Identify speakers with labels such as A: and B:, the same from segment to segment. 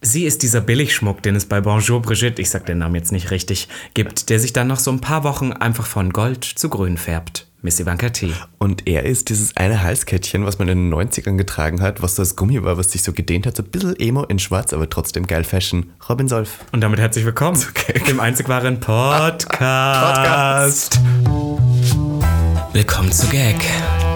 A: Sie ist dieser Billigschmuck, den es bei Bonjour Brigitte, ich sag den Namen jetzt nicht richtig, gibt, der sich dann nach so ein paar Wochen einfach von Gold zu Grün färbt. Miss Ivanka T.
B: Und er ist dieses eine Halskettchen, was man in den 90ern getragen hat, was so das Gummi war, was sich so gedehnt hat, so ein bisschen Emo in Schwarz, aber trotzdem geil Fashion. Robin Solf.
A: Und damit herzlich willkommen im einzig wahren Podcast. Willkommen zu Gag,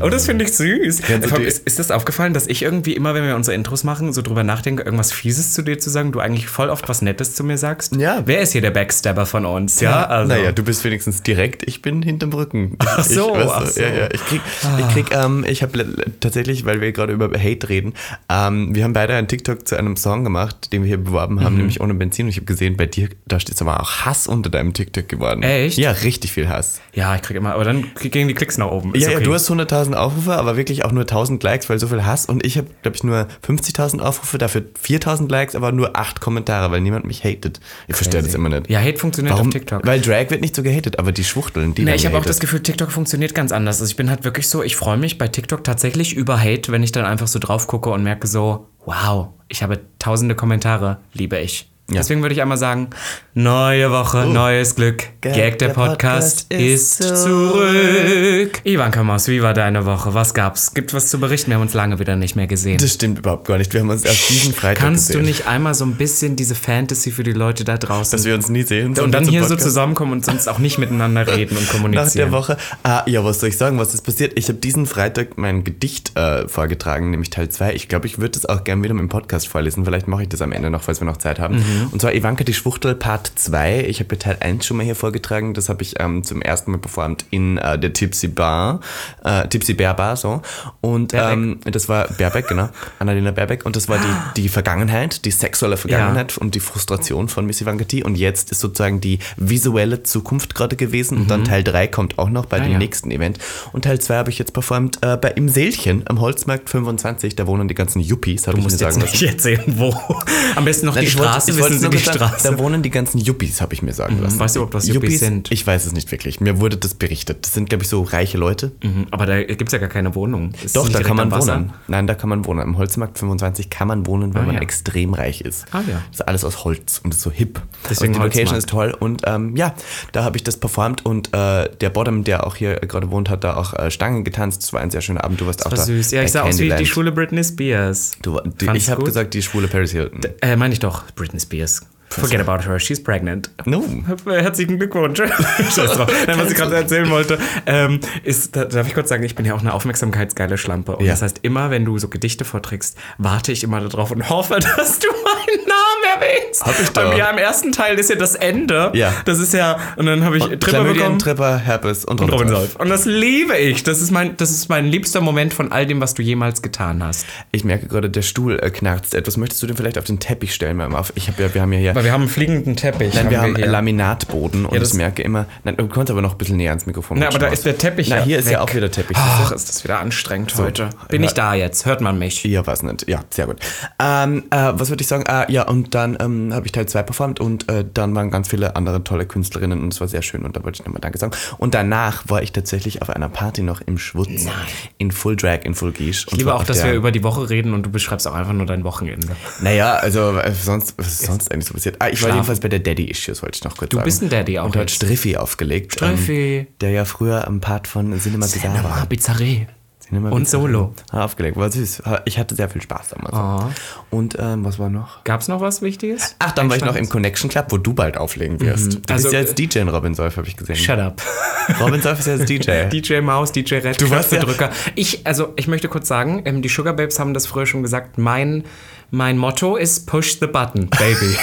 A: Und das finde ich süß.
B: Kennst du
A: Komm,
B: die-
A: Ist, ist das aufgefallen, dass ich irgendwie immer, wenn wir unsere Intros machen, so drüber nachdenke, irgendwas Fieses zu dir zu sagen, du eigentlich voll oft was Nettes zu mir sagst?
B: Ja.
A: Wer ist hier der Backstabber von uns? Ja, also.
B: Ah, Naja, du bist wenigstens direkt, ich bin hinterm Rücken. Ach
A: so,
B: ich, weißt du,
A: ach so. Ah.
B: Ja, ja, ich krieg, ich krieg, ähm, ich habe tatsächlich, weil wir gerade über Hate reden, ähm, wir haben beide einen TikTok zu einem Song gemacht, den wir hier beworben
A: Mhm.
B: haben, nämlich ohne Benzin. Und ich habe gesehen, bei dir, da steht aber auch Hass unter deinem TikTok geworden.
A: Echt?
B: Ja, richtig viel Hass.
A: Ja, ich krieg immer, aber dann gehen die Klicks nach oben. Ist
B: Ja, ja,
A: okay.
B: du hast 100.000 Aufrufe, aber wirklich auch nur 1.000 Likes, weil so viel Hass. Und ich habe, glaube ich, nur 50.000 Aufrufe, dafür 4.000 Likes, aber nur 8 Kommentare, weil niemand mich hatet. Ich verstehe das immer nicht.
A: Ja, Hate funktioniert
B: Warum?
A: halt auf TikTok.
B: Weil Drag wird nicht so gehatet, aber die Schwuchteln, die
A: Nee,
B: werden
A: ich habe auch
B: gehatet.
A: das Gefühl, TikTok funktioniert ganz anders. Also ich bin halt wirklich so, ich freue mich bei TikTok tatsächlich über Hate, wenn ich dann einfach so drauf gucke und merke so, wow, ich habe tausende Kommentare, liebe ich. Deswegen würde ich einmal sagen, neue Woche, neues Glück. Oh. Gag, der, Podcast, ist, zurück. Ivanka Maus, wie war deine Woche? Was gab's? Gibt was zu berichten? Wir haben uns lange wieder nicht mehr gesehen.
B: Das stimmt überhaupt gar nicht. Wir haben uns erst diesen Freitag
A: Kannst
B: gesehen.
A: du nicht einmal so ein bisschen diese Fantasy für die Leute da draußen
B: Dass wir uns nie sehen.
A: und dann
B: sondern zum
A: hier so
B: Podcast.
A: zusammenkommen und sonst auch nicht miteinander reden und
B: Nach
A: kommunizieren?
B: der Woche. Ah, ja, was soll ich sagen? Was ist passiert? Ich habe diesen Freitag mein Gedicht äh, vorgetragen, nämlich Teil 2. Ich glaube, ich würde das auch gerne wieder im Podcast vorlesen. Vielleicht mache ich das am Ende noch, falls wir noch Zeit haben. Und zwar Ivanka die Schwuchtel Part 2. Ich habe ja Teil 1 schon mal hier vorgetragen. Das habe ich ähm, zum ersten Mal performt in äh, der Tipsy Bar. Äh, Tipsy Bear Bar, so. Und ähm, das war Baerbeck, genau. Annalena Baerbeck. Und das war die, die Vergangenheit, die sexuelle Vergangenheit und die Frustration von Miss Ivanka T. Und jetzt ist sozusagen die visuelle Zukunft gerade gewesen. Und dann Teil 3 kommt auch noch bei
A: Mhm.
B: dem
A: Ah, ja.
B: nächsten Event. Und Teil 2 habe ich jetzt performt äh, bei Im Seelchen am Holzmarkt 25. Da wohnen die ganzen Yuppies, habe ich mir
A: musst jetzt
B: sagen lassen.
A: nicht erzählen, wo. Am besten noch
B: Nein,
A: die
B: ich wollte-
A: Straße,
B: ich wollte
A: wissen Sie
B: nur
A: die
B: gesagt,
A: Straße. Mhm.
B: Da wohnen die ganzen Yuppies, habe ich mir sagen lassen.
A: Weißt du überhaupt, was Yuppies sind?
B: Ich weiß es nicht wirklich. Mir wurde das berichtet. Das sind, glaube ich, so reiche Leute.
A: Aber da gibt es ja gar keine Wohnung. Ist
B: Doch,
A: nicht
B: da
A: direkt
B: kann man
A: am Wasser? Ah,
B: wohnen. Nein, da kann man wohnen. Im Holzmarkt 25 kann man wohnen, weil man
A: ja.
B: extrem reich ist.
A: Ah, ja.
B: Das ist alles aus Holz und ist so hip.
A: Deswegen
B: also die Location
A: Holzmarkt.
B: ist toll. Und ähm, ja, da habe ich das performt und äh, der Bottom, der auch hier gerade wohnt, hat da auch äh, Stangen getanzt. Das war ein sehr schöner Abend. Du warst auch
A: War
B: da.
A: süß. Ja,
B: bei
A: ich sah aus wie die
B: Candyland.
A: Schule Britney Spears.
B: Du, war- die,
A: Fand's
B: ich habe
A: gut?
B: gesagt, die schwule Paris Hilton.
A: Äh, meine ich doch, Britney Spears. Forget about her, she's pregnant.
B: no.
A: Äh, Herzlichen Glückwunsch. Scheiß drauf. Nein, was ich gerade erzählen wollte, ähm, ist, da, darf ich kurz sagen, ich bin ja auch eine aufmerksamkeitsgeile Schlampe. Und
B: Ja.
A: das heißt, immer wenn du so Gedichte vorträgst, warte ich immer darauf und hoffe, dass du meinen Namen erwähnst.
B: Hab ich
A: Bei
B: doch.
A: mir im ersten Teil ist ja das Ende.
B: Ja.
A: Das ist ja, und dann habe ich Tripper
B: Chlamydien,
A: bekommen.
B: Tripper, Herpes und
A: und
B: Robin
A: Robin
B: Solf.
A: Solf. Und das liebe ich. Das ist, mein, das ist mein liebster Moment von all dem, was du jemals getan hast.
B: Ich merke gerade, der Stuhl äh, knarzt etwas. Möchtest du den vielleicht auf den Teppich stellen? Mal auf? Ich hab ja, wir haben ja hier
A: Weil wir haben einen fliegenden Teppich.
B: Nein, wir haben
A: hier.
B: Laminatboden und
A: das-
B: ich merke immer, nein, du kannst aber noch ein bisschen näher ans Mikrofon.
A: Na, aber da
B: rutschen,
A: ist der Teppich
B: Na,
A: ja
B: hier ist ja
A: weg. Ah.
B: auch wieder Teppich.
A: Ach, ist das wieder anstrengend heute. Bin ich da jetzt? Hört man mich?
B: Ja, was nicht. Ja, sehr gut. Ähm, äh, was würde ich sagen? Ah, ja, und dann ähm, habe ich Teil 2 performt und äh, dann waren ganz viele andere tolle Künstlerinnen und es war sehr schön und da wollte ich nochmal Danke sagen. Und danach war ich tatsächlich auf einer Party noch im Schwutz. In Full Drag, in Full Geesh.
A: Ich liebe auch, dass wir über die Woche reden und du beschreibst auch einfach nur dein Wochenende.
B: Naja, also äh, sonst, was ist sonst eigentlich so passiert? Ah, ich war
A: Schlafen.
B: jedenfalls bei der Daddy Issues, wollte ich noch kurz sagen.
A: bist ein Daddy auch
B: Und da hat
A: jetzt.
B: Striffi aufgelegt.
A: Striffi.
B: Ähm, der ja früher am Part von Cinema Bizarre war.
A: Bizarre.
B: Cinema
A: Und
B: Bizarre.
A: Solo.
B: Hat aufgelegt, war süß. Ich hatte sehr viel Spaß damals. Und ähm, was war noch?
A: Gab's noch was Wichtiges?
B: Ach, dann war ich noch im
A: Einstand?
B: Connection Club, wo du bald auflegen wirst. Du
A: Also,
B: bist ja jetzt DJ in Robin Solf, habe ich gesehen.
A: Shut up.
B: Robin Solf ist ja jetzt DJ.
A: DJ Maus, DJ Red,
B: Du warst ja-
A: Knöpfedrücker. Ich, also, ich möchte kurz sagen, ähm, die Sugar Babes haben das früher schon gesagt. Mein, mein Motto ist Push the Button, Baby.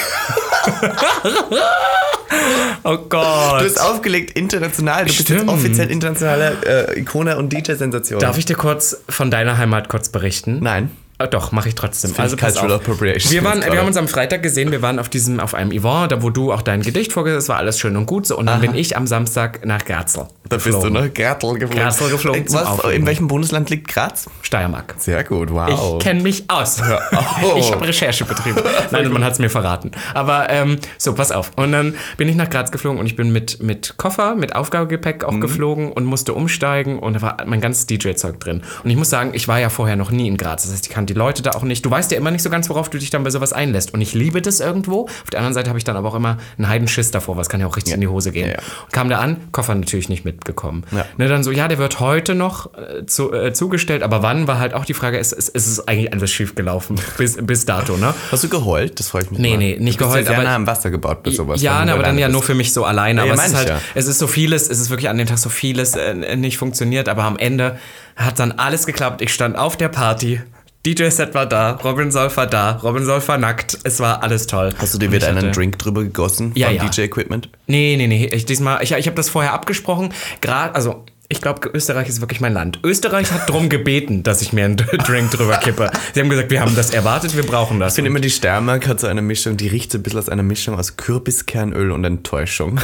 A: oh Gott.
B: Du bist aufgelegt international. Du bist
A: Stimmt.
B: jetzt offiziell internationale äh, Ikone und DJ-Sensation.
A: Darf ich dir kurz von deiner Heimat kurz berichten?
B: Nein.
A: Äh, Doch, mache ich trotzdem. Also
B: find ich
A: pass
B: Cultural
A: auf.
B: Appropriation
A: Wir, waren,
B: jetzt
A: wir
B: gerade.
A: haben uns am Freitag gesehen, wir waren auf diesem, auf einem Event, da wo du auch dein Gedicht vorgesehen hast, war alles schön und gut. So, und dann bin ich am Samstag nach Gerzel.
B: Da bist du,
A: geflogen.
B: ne? Gertl geflogen.
A: Gertl geflogen
B: Äh,
A: zum
B: Was,
A: Auflegen.
B: in welchem Bundesland liegt Graz?
A: Steiermark.
B: Sehr gut,
A: Ich
B: wow. Oh.
A: kenne mich aus. Ich habe Recherche betrieben. Nein, man hat es mir verraten. Aber ähm, so, pass auf. Und dann bin ich nach Graz geflogen und ich bin mit, mit Koffer, mit Aufgabegepäck
B: Mhm.
A: auch geflogen und musste umsteigen und da war mein ganzes DJ-Zeug drin. Und ich muss sagen, ich war ja vorher noch nie in Graz. Das heißt, ich kannte die Leute da auch nicht. Du weißt ja immer nicht so ganz, worauf du dich dann bei sowas einlässt. Und ich liebe das irgendwo. Auf der anderen Seite habe ich dann aber auch immer einen Heidenschiss davor, was kann ja auch richtig in die Hose gehen.
B: Ja, ja.
A: Und kam da an, Koffer natürlich nicht mitgekommen.
B: Ja.
A: Ne, dann so, ja, der wird heute noch äh, zu, äh, zugestellt, aber wann war halt auch die Frage, ist, ist, ist es eigentlich alles schief gelaufen bis, bis dato, ne?
B: Hast du geheult? Das freue ich mich
A: Nee,
B: immer.
A: nee, nicht
B: du bist
A: geheult,
B: Ja sehr
A: aber-
B: nah am Wasser gebaut bei sowas.
A: ja, ne,
B: wenn du
A: aber dann
B: alleine
A: ja
B: bist.
A: nur für mich so alleine.
B: ja,
A: aber es ist
B: meine ich
A: halt,
B: ja.
A: es ist so vieles, es ist wirklich an dem Tag so vieles äh, nicht funktioniert, aber am Ende hat dann alles geklappt. Ich stand auf der Party. DJ-Set war da, Robin Solf war da, Robin Solf war nackt, es war alles toll.
B: Hast du Also dir
A: Und
B: wieder
A: ich hatte-
B: einen Drink drüber gegossen
A: Ja,
B: vom
A: ja.
B: DJ-Equipment?
A: Nee, nee, nee. Ich, diesmal, ich, ich habe das vorher abgesprochen. Gerade, also. Ich glaube, Österreich ist wirklich mein Land. Österreich hat drum gebeten, dass ich mir einen Drink drüber kippe. Sie haben gesagt, wir haben das erwartet, wir brauchen das.
B: Ich finde immer, die Steiermark hat so eine Mischung, die riecht so ein bisschen aus einer Mischung aus Kürbiskernöl und Enttäuschung.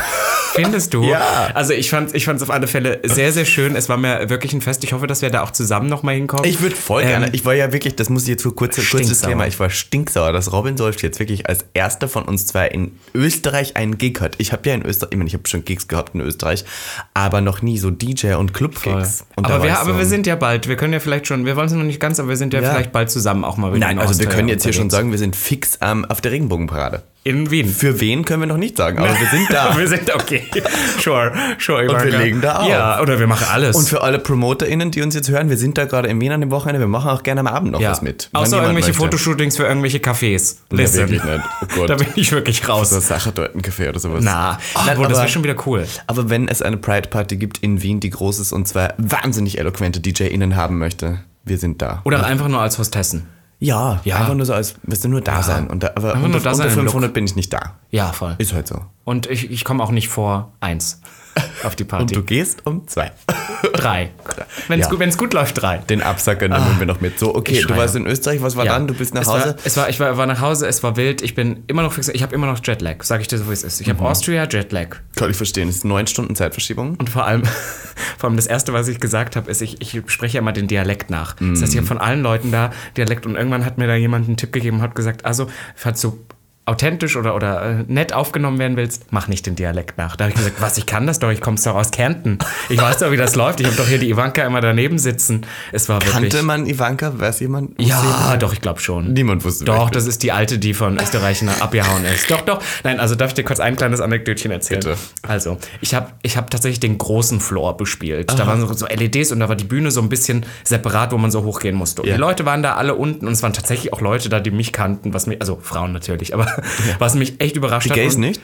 A: Findest du?
B: Ja.
A: Also ich fand es ich fand's auf alle Fälle sehr, sehr schön. Es war mir wirklich ein Fest. Ich hoffe, dass wir da auch zusammen nochmal hinkommen.
B: Ich würde voll
A: Ähm,
B: gerne, ich war ja wirklich, das muss ich jetzt für kurze, kurzes
A: Stinksauer.
B: Thema, ich war stinksauer, dass Robin Solf jetzt wirklich als erster von uns zwei in Österreich einen Gig hat. Ich habe ja in Österreich, ich meine, ich habe schon Gigs gehabt in Österreich, aber noch nie so DJ und Club-Gigs. Und da
A: aber
B: war
A: wir,
B: ich
A: aber
B: so-
A: wir sind ja bald. Wir können ja vielleicht schon, wir wollen es noch nicht ganz, aber wir sind ja,
B: Ja.
A: vielleicht bald zusammen auch mal wieder
B: Nein,
A: in
B: also wir
A: Austria
B: können jetzt hier schon
A: unterwegs.
B: sagen, wir sind fix ähm, auf der Regenbogenparade.
A: In Wien.
B: Für wen können wir noch nicht sagen, aber wir sind da.
A: wir sind okay. Sure, sure.
B: wir
A: Ivanka.
B: legen da auf.
A: Ja, oder wir machen alles.
B: Und für alle PromoterInnen, die uns jetzt hören, wir sind da gerade in Wien an dem Wochenende. Wir machen auch gerne am Abend noch
A: ja.
B: was mit. wenn
A: Außer
B: jemand
A: irgendwelche
B: möchte.
A: Fotoshootings für irgendwelche Cafés. Listen.
B: wirklich nicht. Oh Gott.
A: Da bin ich wirklich
B: So
A: raus.
B: Sacherdeuten-Café oder sowas.
A: Na,
B: Nein,
A: obwohl, das
B: aber-
A: wäre schon wieder cool.
B: Aber wenn es eine Pride Party gibt in Wien, die groß ist und zwar wahnsinnig eloquente DJInnen haben möchte, wir sind da.
A: Oder einfach nur als Hostessen.
B: ja,
A: Ja.
B: einfach nur so als, wirst du nur da sein. Und da, aber
A: Einfach
B: unter,
A: nur da sein
B: unter
A: im Look.
B: 500 bin ich nicht da.
A: Ja, voll.
B: Ist halt so.
A: Und ich, ich komme auch nicht vor eins auf die
B: Und
A: Party.
B: du gehst um zwei.
A: drei. Wenn es
B: Ja.
A: gut, wenn's gut läuft, drei.
B: Den Absacker nehmen wir noch mit. So, okay,
A: Ich
B: du
A: schreie.
B: warst in Österreich, was war dann? Du bist nach
A: es
B: Hause.
A: War, es war, ich war, war nach Hause, es war wild, ich bin immer noch fix, ich habe immer noch Jetlag, sag ich dir so, wie es ist. Ich
B: Mhm.
A: habe Austria Jetlag.
B: Kann ich verstehen, es ist neun Stunden Zeitverschiebung.
A: Und vor allem, vor allem das Erste, was ich gesagt habe, ist, ich, ich spreche ja immer den Dialekt nach. Das
B: Mhm.
A: heißt, ich habe von allen Leuten da Dialekt und irgendwann hat mir da jemand einen Tipp gegeben und hat gesagt, also, falls du authentisch oder, oder äh, nett aufgenommen werden willst, mach nicht den Dialekt nach. Da habe ich gesagt, was, ich kann das doch, ich komme doch aus Kärnten. Ich weiß doch, wie das läuft. Ich habe doch hier die Ivanka immer daneben sitzen. Es war wirklich...
B: Kannte man Ivanka? Weiß jemand?
A: Ja, doch, ich glaube schon.
B: Niemand wusste
A: Doch,
B: wirklich.
A: das ist die alte, die von Österreich nach abgehauen ist. Doch, doch. Nein, also darf ich dir kurz ein kleines Anekdötchen erzählen?
B: Bitte.
A: Also, ich habe ich hab tatsächlich den großen Floor bespielt. Da waren so, so LEDs und da war die Bühne so ein bisschen separat, wo man so hochgehen musste. Und
B: Ja.
A: die Leute waren da alle unten und es waren tatsächlich auch Leute da, die mich kannten, was mich, also Frauen natürlich, aber was mich echt überrascht
B: Die
A: hat.
B: Gays
A: und-
B: nicht?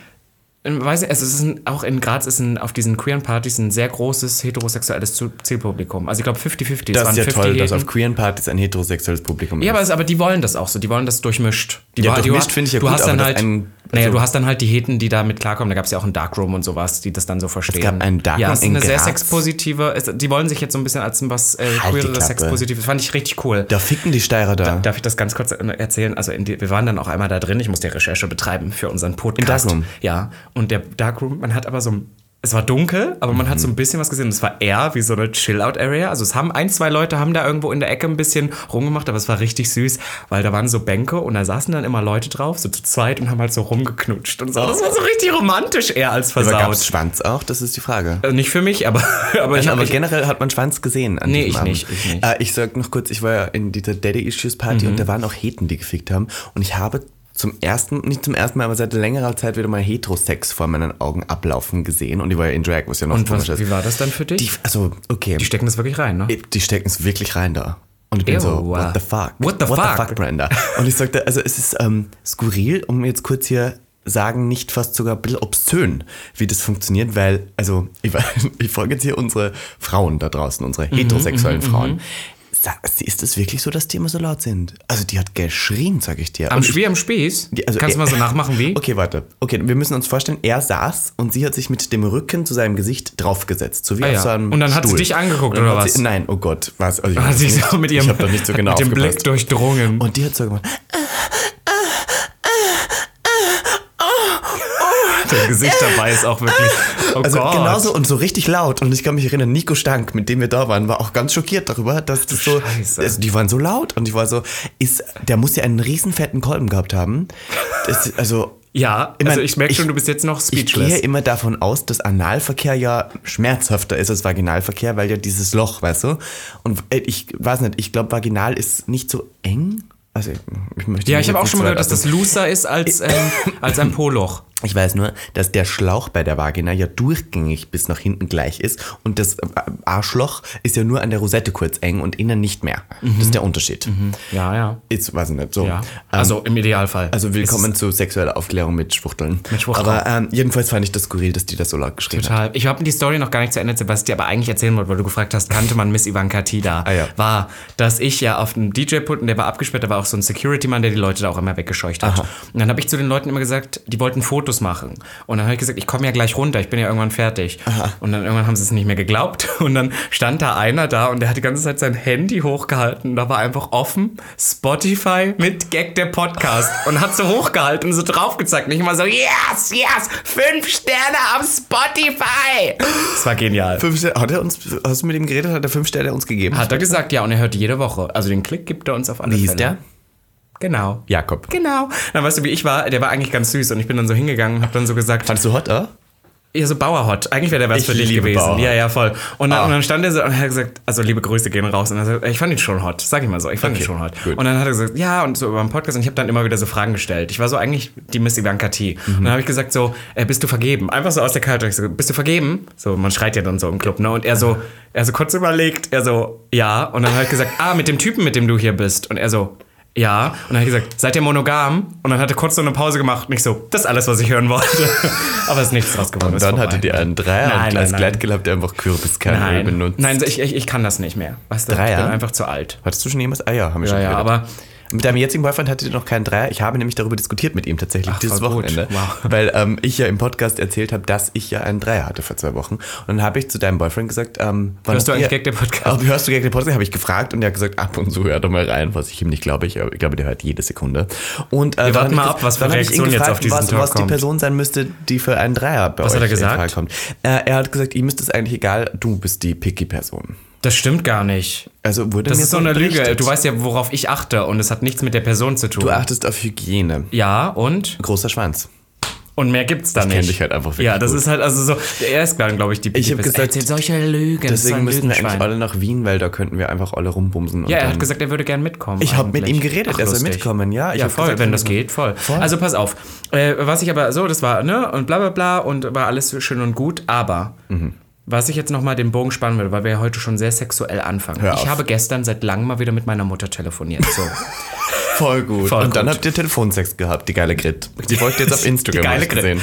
A: ähm, Weiß nicht, also es ist ein, auch in Graz ist ein, auf diesen queeren Partys ein sehr großes heterosexuelles Zu- Zielpublikum. Also ich glaube 50-50. Es
B: Das
A: waren
B: ist ja
A: 50
B: toll, dass
A: Heten.
B: auf queeren Partys ein heterosexuelles Publikum
A: Ja,
B: ist.
A: aber, es- aber die wollen das auch so. Die wollen das durchmischt. Die
B: Ja,
A: wa- die
B: durchmischt
A: wa-
B: finde ich ja
A: du
B: gut,
A: Hast
B: aber
A: dann
B: das
A: halt,
B: ein-
A: naja,
B: also-
A: du hast dann halt die Heten, die damit klarkommen. Da gab es ja auch einen Darkroom und sowas, die das dann so verstehen.
B: gab einen Darkroom
A: Ja, es ist
B: in
A: eine sehr
B: Graz?
A: sexpositive. Es, die wollen sich jetzt so ein bisschen als was äh,
B: Halt die
A: queereres,
B: Klappe.
A: sexpositives. Fand ich richtig cool.
B: da ficken die Steirer da.
A: Darf ich das ganz kurz erzählen? Also in die, wir waren dann auch einmal da drin. Ich musste ja Recherche betreiben für unseren Podcast.
B: Darkroom?
A: Ja. Und der Darkroom, man hat aber so ein es war dunkel, aber man
B: Mhm.
A: hat so ein bisschen was gesehen. Es war eher wie so eine Chill-Out-Area. Also es haben ein, zwei Leute haben da irgendwo in der Ecke ein bisschen rumgemacht, aber es war richtig süß, weil da waren so Bänke und da saßen dann immer Leute drauf, so zu zweit und haben halt so rumgeknutscht und so. Das war so richtig romantisch eher als
B: aber gab es
A: versaut.
B: Schwanz auch? Das ist die Frage.
A: Also nicht für mich, aber, aber ich
B: Äh, aber
A: habe
B: generell hat man Schwanz gesehen. An
A: Nee,
B: diesem
A: ich
B: Abend.
A: nicht, ich nicht. Mhm.
B: Äh, ich sag noch kurz, ich war ja in dieser Daddy Issues Party und da waren auch Heten, die gefickt haben. Und ich habe zum ersten, nicht zum ersten Mal, aber seit längerer Zeit wieder mal Heterosex vor meinen Augen ablaufen gesehen. Und ich war ja in Drag, was ja noch
A: Und
B: komisch
A: was,
B: ist.
A: wie war das dann für dich?
B: Die, also, okay.
A: Die stecken das wirklich rein, ne?
B: Die stecken es wirklich rein da. Und ich bin
A: Ew.
B: so, what the fuck?
A: What the
B: the
A: fuck?
B: fuck, Brenda? Und ich sagte, also es ist ähm, skurril, um jetzt kurz hier sagen, nicht fast sogar ein bisschen obszön, wie das funktioniert,
A: Mhm,
B: weil, also ich, war- ich folge jetzt hier unsere Frauen da draußen, unsere heterosexuellen Frauen. Sa- Ist es wirklich so, dass die immer so laut sind? Also die hat geschrien, sag ich dir.
A: Am
B: Und ich-
A: Spiel, am Spieß?
B: Die- also
A: Kannst du
B: er-
A: mal so nachmachen wie?
B: Okay, warte. Okay, wir müssen uns vorstellen, er saß und sie hat sich mit dem Rücken zu seinem Gesicht draufgesetzt. So wie
A: Ah
B: auf
A: ja.
B: so einem
A: Und dann hat sie
B: Stuhl.
A: dich angeguckt,
B: Und dann
A: oder
B: hat
A: was?
B: Sie, nein, oh Gott. Was? Also ich
A: Hat
B: weiß
A: sich
B: nicht.
A: so mit ihrem
B: ich hab da nicht so genau
A: mit dem
B: aufgepasst.
A: Blick durchdrungen.
B: Und die hat so gemacht.
A: das Gesicht dabei ist auch wirklich. Oh
B: Also
A: Gott.
B: genauso und so richtig laut. Und ich kann mich erinnern, Nico Stank, mit dem wir da waren, war auch ganz schockiert darüber, dass das so.
A: Scheiße.
B: Also die waren so laut und ich war so, ist, der muss ja einen riesen fetten Kolben gehabt haben. Das, also.
A: Ja,
B: Ich mein,
A: also ich merke
B: ich-
A: schon, du bist jetzt noch
B: Ich gehe
A: speechless.
B: immer davon aus, dass Analverkehr ja schmerzhafter ist als Vaginalverkehr, weil ja dieses Loch, weißt du? Und äh, ich weiß nicht, ich glaube, Vaginal ist nicht so eng. Also ich möchte
A: ja,
B: mich
A: ich habe
B: jetzt
A: auch
B: nicht
A: schon
B: so
A: mal
B: weit
A: gehört, dass das looser ist als, ähm, als ein Poloch.
B: Ich weiß nur, dass der Schlauch bei der Vagina ja durchgängig bis nach hinten gleich ist und das äh, Arschloch ist ja nur an der Rosette kurz eng und innen nicht mehr. Das ist der Unterschied.
A: Ja, ja.
B: Ist, weiß ich nicht, so.
A: Mhm. ja.
B: Ähm,
A: Also im Idealfall.
B: also willkommen zu sexueller Aufklärung mit Schwuchteln.
A: Mit Schwuchteln.
B: Aber ähm, jedenfalls fand ich das skurril, dass die das so laut geschrien hat.
A: Total. Ich habe die Story noch gar nicht zu Ende, Sebastian, aber eigentlich erzählen wollte, weil du gefragt hast, kannte man Miss Ivanka Tida?
B: Ah, ja.
A: War, dass ich ja auf dem DJ-Pult, und der war abgesperrt, da war auch so ein Security-Mann, der die Leute da auch immer weggescheucht hat. Und dann habe ich zu den Leuten immer gesagt, die wollten Fotos machen. Und dann habe ich gesagt, ich komme ja gleich runter, ich bin ja irgendwann fertig. Und dann irgendwann haben sie es nicht mehr geglaubt. Und dann stand da einer da und der hat die ganze Zeit sein Handy hochgehalten. Da war einfach offen Spotify mit Gag der Podcast und hat so hochgehalten, so draufgezeigt. Nicht immer so, yes, yes, fünf Sterne auf Spotify. Das war genial.
B: Fünf Sterne, hat er uns, hast du mit ihm geredet, hat er fünf Sterne uns gegeben?
A: Hat er gesagt, ja, und er hört jede Woche. Also den Klick gibt er uns auf alle
B: Wie hieß
A: Fälle.
B: der?
A: Genau.
B: Jakob.
A: Genau. Dann weißt du, wie ich war, der war eigentlich ganz süß und ich bin dann so hingegangen und hab dann so gesagt,
B: Fandst du hot,
A: Oh
B: oder?
A: ja, so Bauerhot, eigentlich wäre der was
B: Ich
A: für dich
B: liebe
A: gewesen.
B: Bauerhot.
A: Ja, ja, voll. Und dann,
B: Ah.
A: und dann stand er so und hat gesagt, also liebe Grüße gehen raus. Und er sagt, ich fand ihn schon hot, sag ich mal so, ich fand ihn
B: Okay,
A: schon hot.
B: gut.
A: Und dann hat er gesagt, ja, und so über den Podcast und ich habe dann immer wieder so Fragen gestellt. Ich war so eigentlich die Miss Ivanka T.
B: Mhm.
A: Und dann habe ich gesagt so, äh, bist du vergeben? Einfach so aus der Karte. Ich so, bist du vergeben? So, man schreit ja dann so im Club, ne? Und er so, er so kurz überlegt, er so, ja. Und dann habe ich gesagt, ah, mit dem Typen, mit dem du hier bist. Und er so, ja, und dann hat er gesagt, seid ihr monogam? Und dann hat er kurz so eine Pause gemacht und ich so, das ist alles, was ich hören wollte. Aber es ist nichts draus geworden.
B: Und
A: ist
B: dann
A: vorbei.
B: hatte die einen Dreier
A: Nein,
B: und
A: nein,
B: als
A: nein.
B: Gleitgel habt ihr einfach Kürbiskernöl
A: Nein,
B: benutzt.
A: nein ich, ich, ich kann das nicht mehr. Weißt du, ich
B: Dreier?
A: bin einfach zu alt.
B: Hattest du schon jemals Eier? Haben wir schon
A: Ja, ja,
B: geredet.
A: aber
B: Mit deinem jetzigen Boyfriend hattet ihr noch keinen Dreier. Ich habe nämlich darüber diskutiert mit ihm tatsächlich
A: Ach,
B: dieses
A: voll gut.
B: Wochenende.
A: Wow.
B: Weil ähm, ich ja im Podcast erzählt habe, dass ich ja einen Dreier hatte vor zwei Wochen. Und dann habe ich zu deinem Boyfriend gesagt, ähm, wann
A: Hörst du
B: habt
A: eigentlich
B: ihr-
A: Gag der Podcast?
B: Ob, hörst du Gag der Podcast? Habe ich gefragt und er hat gesagt, ab und zu hör doch mal rein, was ich ihm nicht glaube. Ich, ich glaube, der hört jede Sekunde. Und, äh, dann
A: warten
B: hab ich
A: mal
B: ges-
A: ab, was für
B: dann hab ich ihn
A: Reaktion jetzt
B: gefragt,
A: auf diesen
B: was,
A: Talk
B: was die
A: kommt.
B: Person sein müsste, die für einen Dreier bei
A: Was
B: euch
A: hat er
B: in Frage
A: gesagt?
B: kommt. Äh, er hat gesagt, ihm ist es eigentlich egal, du bist die Picky-Person.
A: das stimmt gar nicht.
B: Also wurde
A: Das
B: mir
A: ist so eine Lüge.
B: berichtet.
A: Du weißt ja, worauf ich achte und es hat nichts mit der Person zu tun.
B: Du achtest auf Hygiene.
A: ja, und?
B: Großer Schwanz.
A: Und mehr gibt's da nicht.
B: kenn dich halt einfach wirklich
A: Ja, das
B: gut.
A: ist halt, also so, er ist dann, glaube ich, die
B: Ich hab
A: Pipi-Pest.
B: gesagt,
A: Er erzählt solche Lügen. das ist
B: Deswegen
A: ein
B: müssen wir eigentlich
A: Lügenschwein.
B: alle nach Wien, weil da könnten wir einfach alle rumbumsen. und
A: Ja, er hat
B: dann-
A: gesagt, er würde gern mitkommen.
B: Ich hab mit
A: eigentlich.
B: ihm geredet, er soll
A: lustig.
B: mitkommen, ja. Ich
A: ja,
B: hab
A: voll,
B: gesagt,
A: wenn
B: wir
A: das
B: müssen-
A: geht, voll. Also pass auf. Äh, was ich aber, so, das war, ne, und bla bla bla und war alles so schön und gut, aber
B: Mhm.
A: was ich jetzt nochmal den Bogen spannen will, weil wir ja heute schon sehr sexuell anfangen.
B: Hör
A: ich
B: auf.
A: habe gestern seit langem mal wieder mit meiner Mutter telefoniert. So.
B: voll gut.
A: Voll
B: und dann
A: gut.
B: habt ihr Telefonsex gehabt, die geile Grit. Die folgt jetzt auf Instagram.
A: Die geile
B: hab ich
A: Grit.
B: gesehen.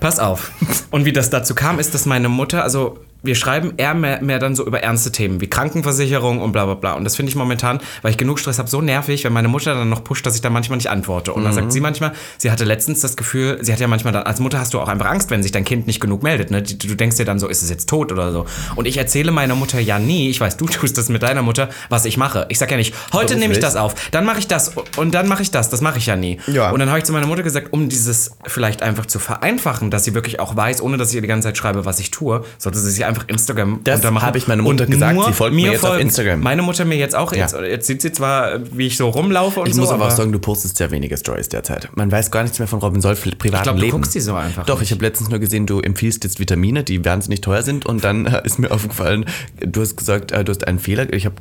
A: Pass auf. Und wie das dazu kam, ist, dass meine Mutter, also wir schreiben eher mehr, mehr dann so über ernste Themen wie Krankenversicherung und bla bla bla. Und das finde ich momentan, weil ich genug Stress habe, so nervig, wenn meine Mutter dann noch pusht, dass ich dann manchmal nicht antworte. Und dann sagt sie manchmal, sie hatte letztens das Gefühl, sie hat ja manchmal dann, als Mutter hast du auch einfach Angst, wenn sich dein Kind nicht genug meldet. Ne? Du du denkst dir dann so, ist es jetzt tot oder so. Und ich erzähle meiner Mutter ja nie, ich weiß, du tust das mit deiner Mutter, was ich mache. Ich sage ja nicht, heute nehme ich
B: Beruflich.
A: das auf, dann mache ich das und dann mache ich das. Das mache ich ja nie.
B: Ja.
A: Und dann habe ich zu meiner Mutter gesagt, um dieses vielleicht einfach zu vereinfachen, dass sie wirklich auch weiß, ohne dass ich ihr die ganze Zeit schreibe, was ich tue, sollte sie sich einfach Instagram
B: Das
A: untermachen.
B: habe ich meiner Mutter
A: und
B: gesagt,
A: nur
B: sie folgt mir jetzt auf Instagram.
A: Meine Mutter mir jetzt auch.
B: Ja.
A: Jetzt, jetzt sieht sie zwar, wie ich so rumlaufe und
B: Ich
A: so,
B: muss aber auch sagen, du postest sehr wenige Stories derzeit. Man weiß gar nichts mehr von Robin Solf privatem
A: ich glaube, du
B: Leben.
A: guckst die so einfach.
B: Doch, ich habe letztens nur gesehen, du empfiehlst jetzt Vitamine, die wahnsinnig teuer sind. Und dann äh, ist mir aufgefallen, du hast gesagt, äh, du hast einen Fehler. Ich habe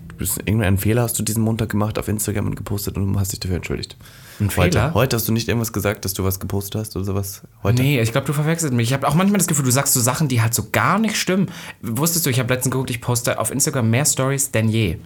B: irgendeinen Fehler hast du diesen Montag gemacht auf Instagram und gepostet und hast dich dafür entschuldigt. Ein
A: Fehler?
B: Heute, heute hast du nicht irgendwas gesagt, dass du was gepostet hast oder sowas. Heute.
A: Nee, ich glaube, du verwechselst mich. Ich habe auch manchmal das Gefühl, du sagst so Sachen, die halt so gar nicht stimmen. Wusstest du, ich habe letztens geguckt, ich poste auf Instagram mehr Stories denn je. Und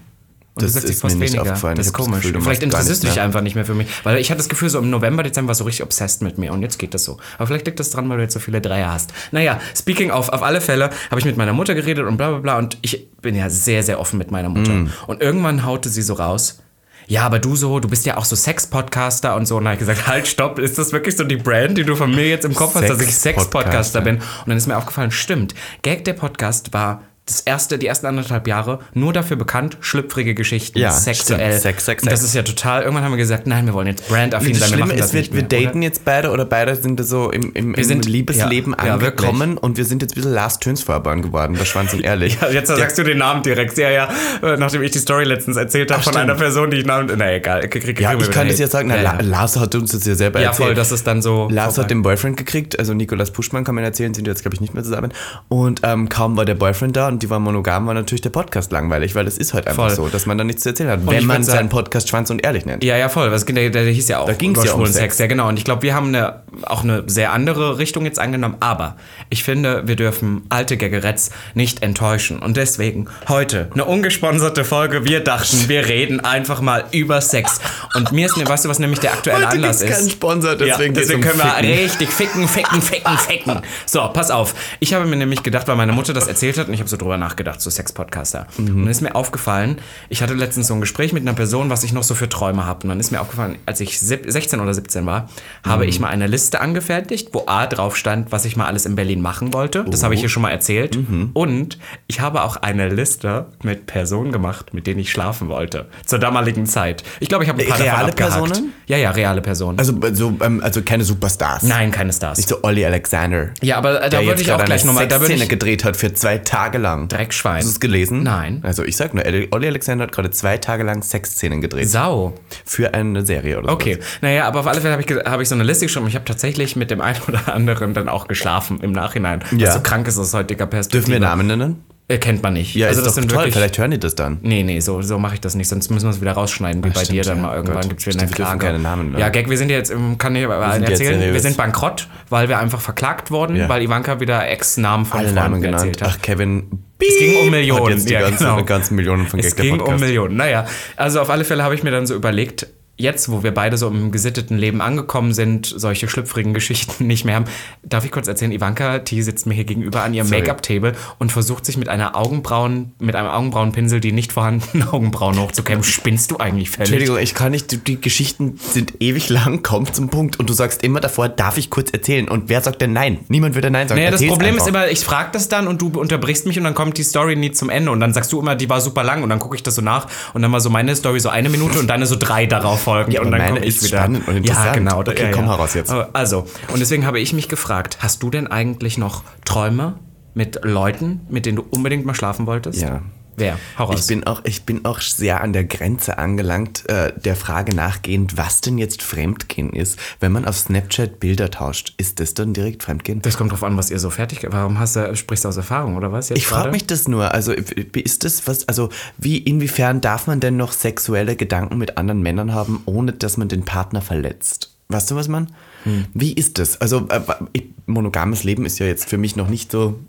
B: Das
A: du sagst, ich
B: ist mir
A: poste
B: nicht
A: weniger.
B: aufgefallen.
A: Das ist
B: Ich hab das
A: komisch.
B: Gefühl, du machst
A: vielleicht
B: gar
A: interessierst du
B: nichts
A: dich
B: mehr.
A: einfach nicht mehr für mich. Weil ich hatte das Gefühl, so im November, Dezember warst du richtig obsessed mit mir. Und jetzt geht das so. Aber vielleicht liegt das dran, weil du jetzt so viele Dreier hast. Naja, speaking of, auf alle Fälle habe ich mit meiner Mutter geredet und bla bla bla. Und ich bin ja sehr, sehr offen mit meiner Mutter.
B: Mhm.
A: Und irgendwann haute sie so raus. Ja, aber du so, du bist ja auch so Sex-Podcaster und so. Und dann habe ich gesagt, halt, stopp, ist das wirklich so die Brand, die du von mir jetzt im Kopf hast, dass ich
B: Sex-Podcaster.
A: Sex-Podcaster bin? Und dann ist mir aufgefallen, stimmt, Gag der Podcast war das erste, die ersten anderthalb Jahre nur dafür bekannt, schlüpfrige Geschichten,
B: Ja,
A: sexuell.
B: stimmt. Sex, Sex,
A: Und das
B: Sex.
A: ist ja total, irgendwann haben wir gesagt, nein, wir wollen jetzt brandaffin
B: Das
A: sein, wir
B: Schlimme
A: machen das
B: ist, wir,
A: nicht
B: wir
A: mehr.
B: daten
A: oder?
B: jetzt beide oder beide sind so im, im, im
A: sind-
B: Liebesleben
A: ja, ja, wirklich.
B: angekommen und wir sind jetzt ein bisschen Lars Tönsfeuerborn geworden, bei Schwanz und Ehrlich.
A: Ja, Also jetzt sagst du den Namen direkt. Ja, ja, äh, nachdem ich die Story letztens erzählt habe von
B: stimmt.
A: einer Person, die ich Namen. Na egal, krieg, krieg,
B: ja,
A: kriegen wir
B: ich kann
A: wieder
B: das jetzt
A: Hate.
B: sagen, na,
A: ja,
B: La- Lars hat uns das ja selber
A: ja. ja,
B: erzählt.
A: voll, das ist dann so.
B: Lars
A: vorbei.
B: hat den Boyfriend gekriegt, also Nikolas Puschmann kann man erzählen, sind jetzt, glaube ich, nicht mehr zusammen. Und ähm, kaum war der Boyfriend da und die waren monogam, war natürlich der Podcast langweilig, weil es ist halt einfach
A: Voll.
B: so, dass man da nichts zu erzählen hat,
A: ich
B: wenn
A: würd
B: man
A: sagen-
B: seinen Podcast Schwanz und Ehrlich nennt.
A: Ja, ja, voll. Was, der, der, der hieß ja auch. Da
B: ging's ja um Sex.
A: Ja, genau. Und ich glaube, wir haben eine, auch eine sehr andere Richtung jetzt angenommen. Aber ich finde, wir dürfen alte Gaggeretz nicht enttäuschen. Und deswegen heute eine ungesponserte Folge. Wir dachten, wir reden einfach mal über Sex. Und mir ist, ne- weißt du, was nämlich der aktuelle
B: Heute
A: Anlass
B: gibt's keinen
A: ist?
B: Sponsor, deswegen,
A: ja,
B: geht's
A: deswegen
B: um
A: können wir
B: Ficken.
A: richtig ficken, ficken, ficken, ficken. So, pass auf. Ich habe mir nämlich gedacht, weil meine Mutter das erzählt hat und ich habe so drüber nachgedacht, so Sex-Podcaster.
B: Mhm.
A: Und dann ist mir aufgefallen, ich hatte letztens so ein Gespräch mit einer Person, was ich noch so für Träume habe. Und dann ist mir aufgefallen, als ich sieb- 16 oder 17 war,
B: Mhm.
A: habe ich mal eine Liste angefertigt, wo A drauf stand, was ich mal alles in Berlin machen wollte. Das habe ich
B: Oh.
A: hier schon mal erzählt.
B: Mhm.
A: Und ich habe auch eine Liste mit Personen gemacht, mit denen ich schlafen wollte. Zur damaligen Zeit. Ich glaube, ich habe ein paar davon
B: Reale
A: abgehakt.
B: Personen?
A: Ja, ja, reale Personen.
B: Also, also, ähm, also keine Superstars.
A: Nein, keine Stars.
B: Nicht so Olli Alexander.
A: Ja, aber äh, da
B: der
A: würde
B: jetzt
A: ich auch
B: gerade
A: gleich
B: eine
A: nochmal. Da würde
B: Sexszene
A: ich
B: gedreht hat für zwei Tage lang.
A: Dreckschwein.
B: Hast du es gelesen?
A: Nein.
B: Also ich sag nur, Olli Alexander hat gerade zwei Tage lang Sexszenen gedreht.
A: Sau.
B: Für eine Serie oder so.
A: Okay. Naja, aber auf alle Fälle habe ich, ge- habe ich so eine Liste geschrieben. Ich habe tatsächlich mit dem einen oder anderen dann auch geschlafen im Nachhinein.
B: Ja.
A: Was so krank ist aus heutiger Perspektive.
B: Dürfen wir Namen nennen?
A: Äh, kennt man nicht.
B: Ja,
A: also
B: ist
A: das
B: doch
A: sind
B: toll.
A: wirklich.
B: Vielleicht hören die das dann.
A: Nee, nee, so, so mache ich das nicht, sonst müssen wir es wieder rausschneiden, wie bei
B: stimmt,
A: dir dann
B: ja.
A: mal irgendwann
B: Gott,
A: gibt es wieder eine
B: stimmt, wir dürfen
A: Klage.
B: keine Namen nennen.
A: ja, Gag, wir sind jetzt im, äh, kann ich aber allen
B: sind jetzt
A: erzählen, wir
B: seriös.
A: sind bankrott, weil wir einfach verklagt wurden,
B: Ja.
A: weil Ivanka wieder Ex-Namen von
B: Alle
A: Freunden
B: Namen genannt.
A: erzählt hat.
B: Ach, Kevin.
A: Es ging um
B: Piep Hat
A: Millionen.
B: jetzt die
A: Ja,
B: ganzen,
A: genau.
B: ganzen Millionen von Gag
A: Es ging
B: der Podcast.
A: um Millionen. Naja, also auf alle Fälle habe ich mir dann so überlegt, jetzt, wo wir beide so im gesitteten Leben angekommen sind, solche schlüpfrigen Geschichten nicht mehr haben, darf ich kurz erzählen, Ivanka T sitzt mir hier gegenüber an ihrem
B: Sorry.
A: Make-up-Table und versucht sich mit einer Augenbrauen, mit einem Augenbrauenpinsel die nicht vorhandenen Augenbrauen hochzukämmen. Spinnst du eigentlich völlig?
B: Entschuldigung, ich kann nicht, die, die Geschichten sind ewig lang, komm zum Punkt und du sagst immer davor, darf ich kurz erzählen? Und wer sagt denn nein? Niemand würde nein sagen.
A: Naja, das
B: Erzähl's
A: Problem
B: einfach.
A: ist immer, ich frage das dann und du unterbrichst mich und dann kommt die Story nie zum Ende und dann sagst du immer, die war super lang und dann gucke ich das so nach und dann war so meine Story so eine Minute und deine so drei darauf folgend
B: Ja,
A: und
B: aber
A: dann
B: meine
A: komm ich
B: ist spannend und interessant.
A: Ja, genau.
B: Okay,
A: ja, ja.
B: komm heraus jetzt.
A: Aber Also, und deswegen habe ich mich gefragt, hast du denn eigentlich noch Träume mit Leuten, mit denen du unbedingt mal schlafen wolltest?
B: Ja.
A: Wer? Hau raus.
B: Ich bin, auch, ich bin auch sehr an der Grenze angelangt, äh, der Frage nachgehend, was denn jetzt Fremdgehen ist. Wenn man auf Snapchat Bilder tauscht, ist das dann direkt Fremdgehen?
A: das kommt drauf an, was ihr so fertig. Warum hast du, sprichst du aus Erfahrung oder was? Jetzt
B: Ich frage
A: gerade?
B: mich das nur. Also ist das was? Also wie inwiefern darf man denn noch sexuelle Gedanken mit anderen Männern haben, ohne dass man den Partner verletzt? Weißt du was, man?
A: Hm.
B: Wie ist das? Also äh, ich, monogames Leben ist ja jetzt für mich noch nicht so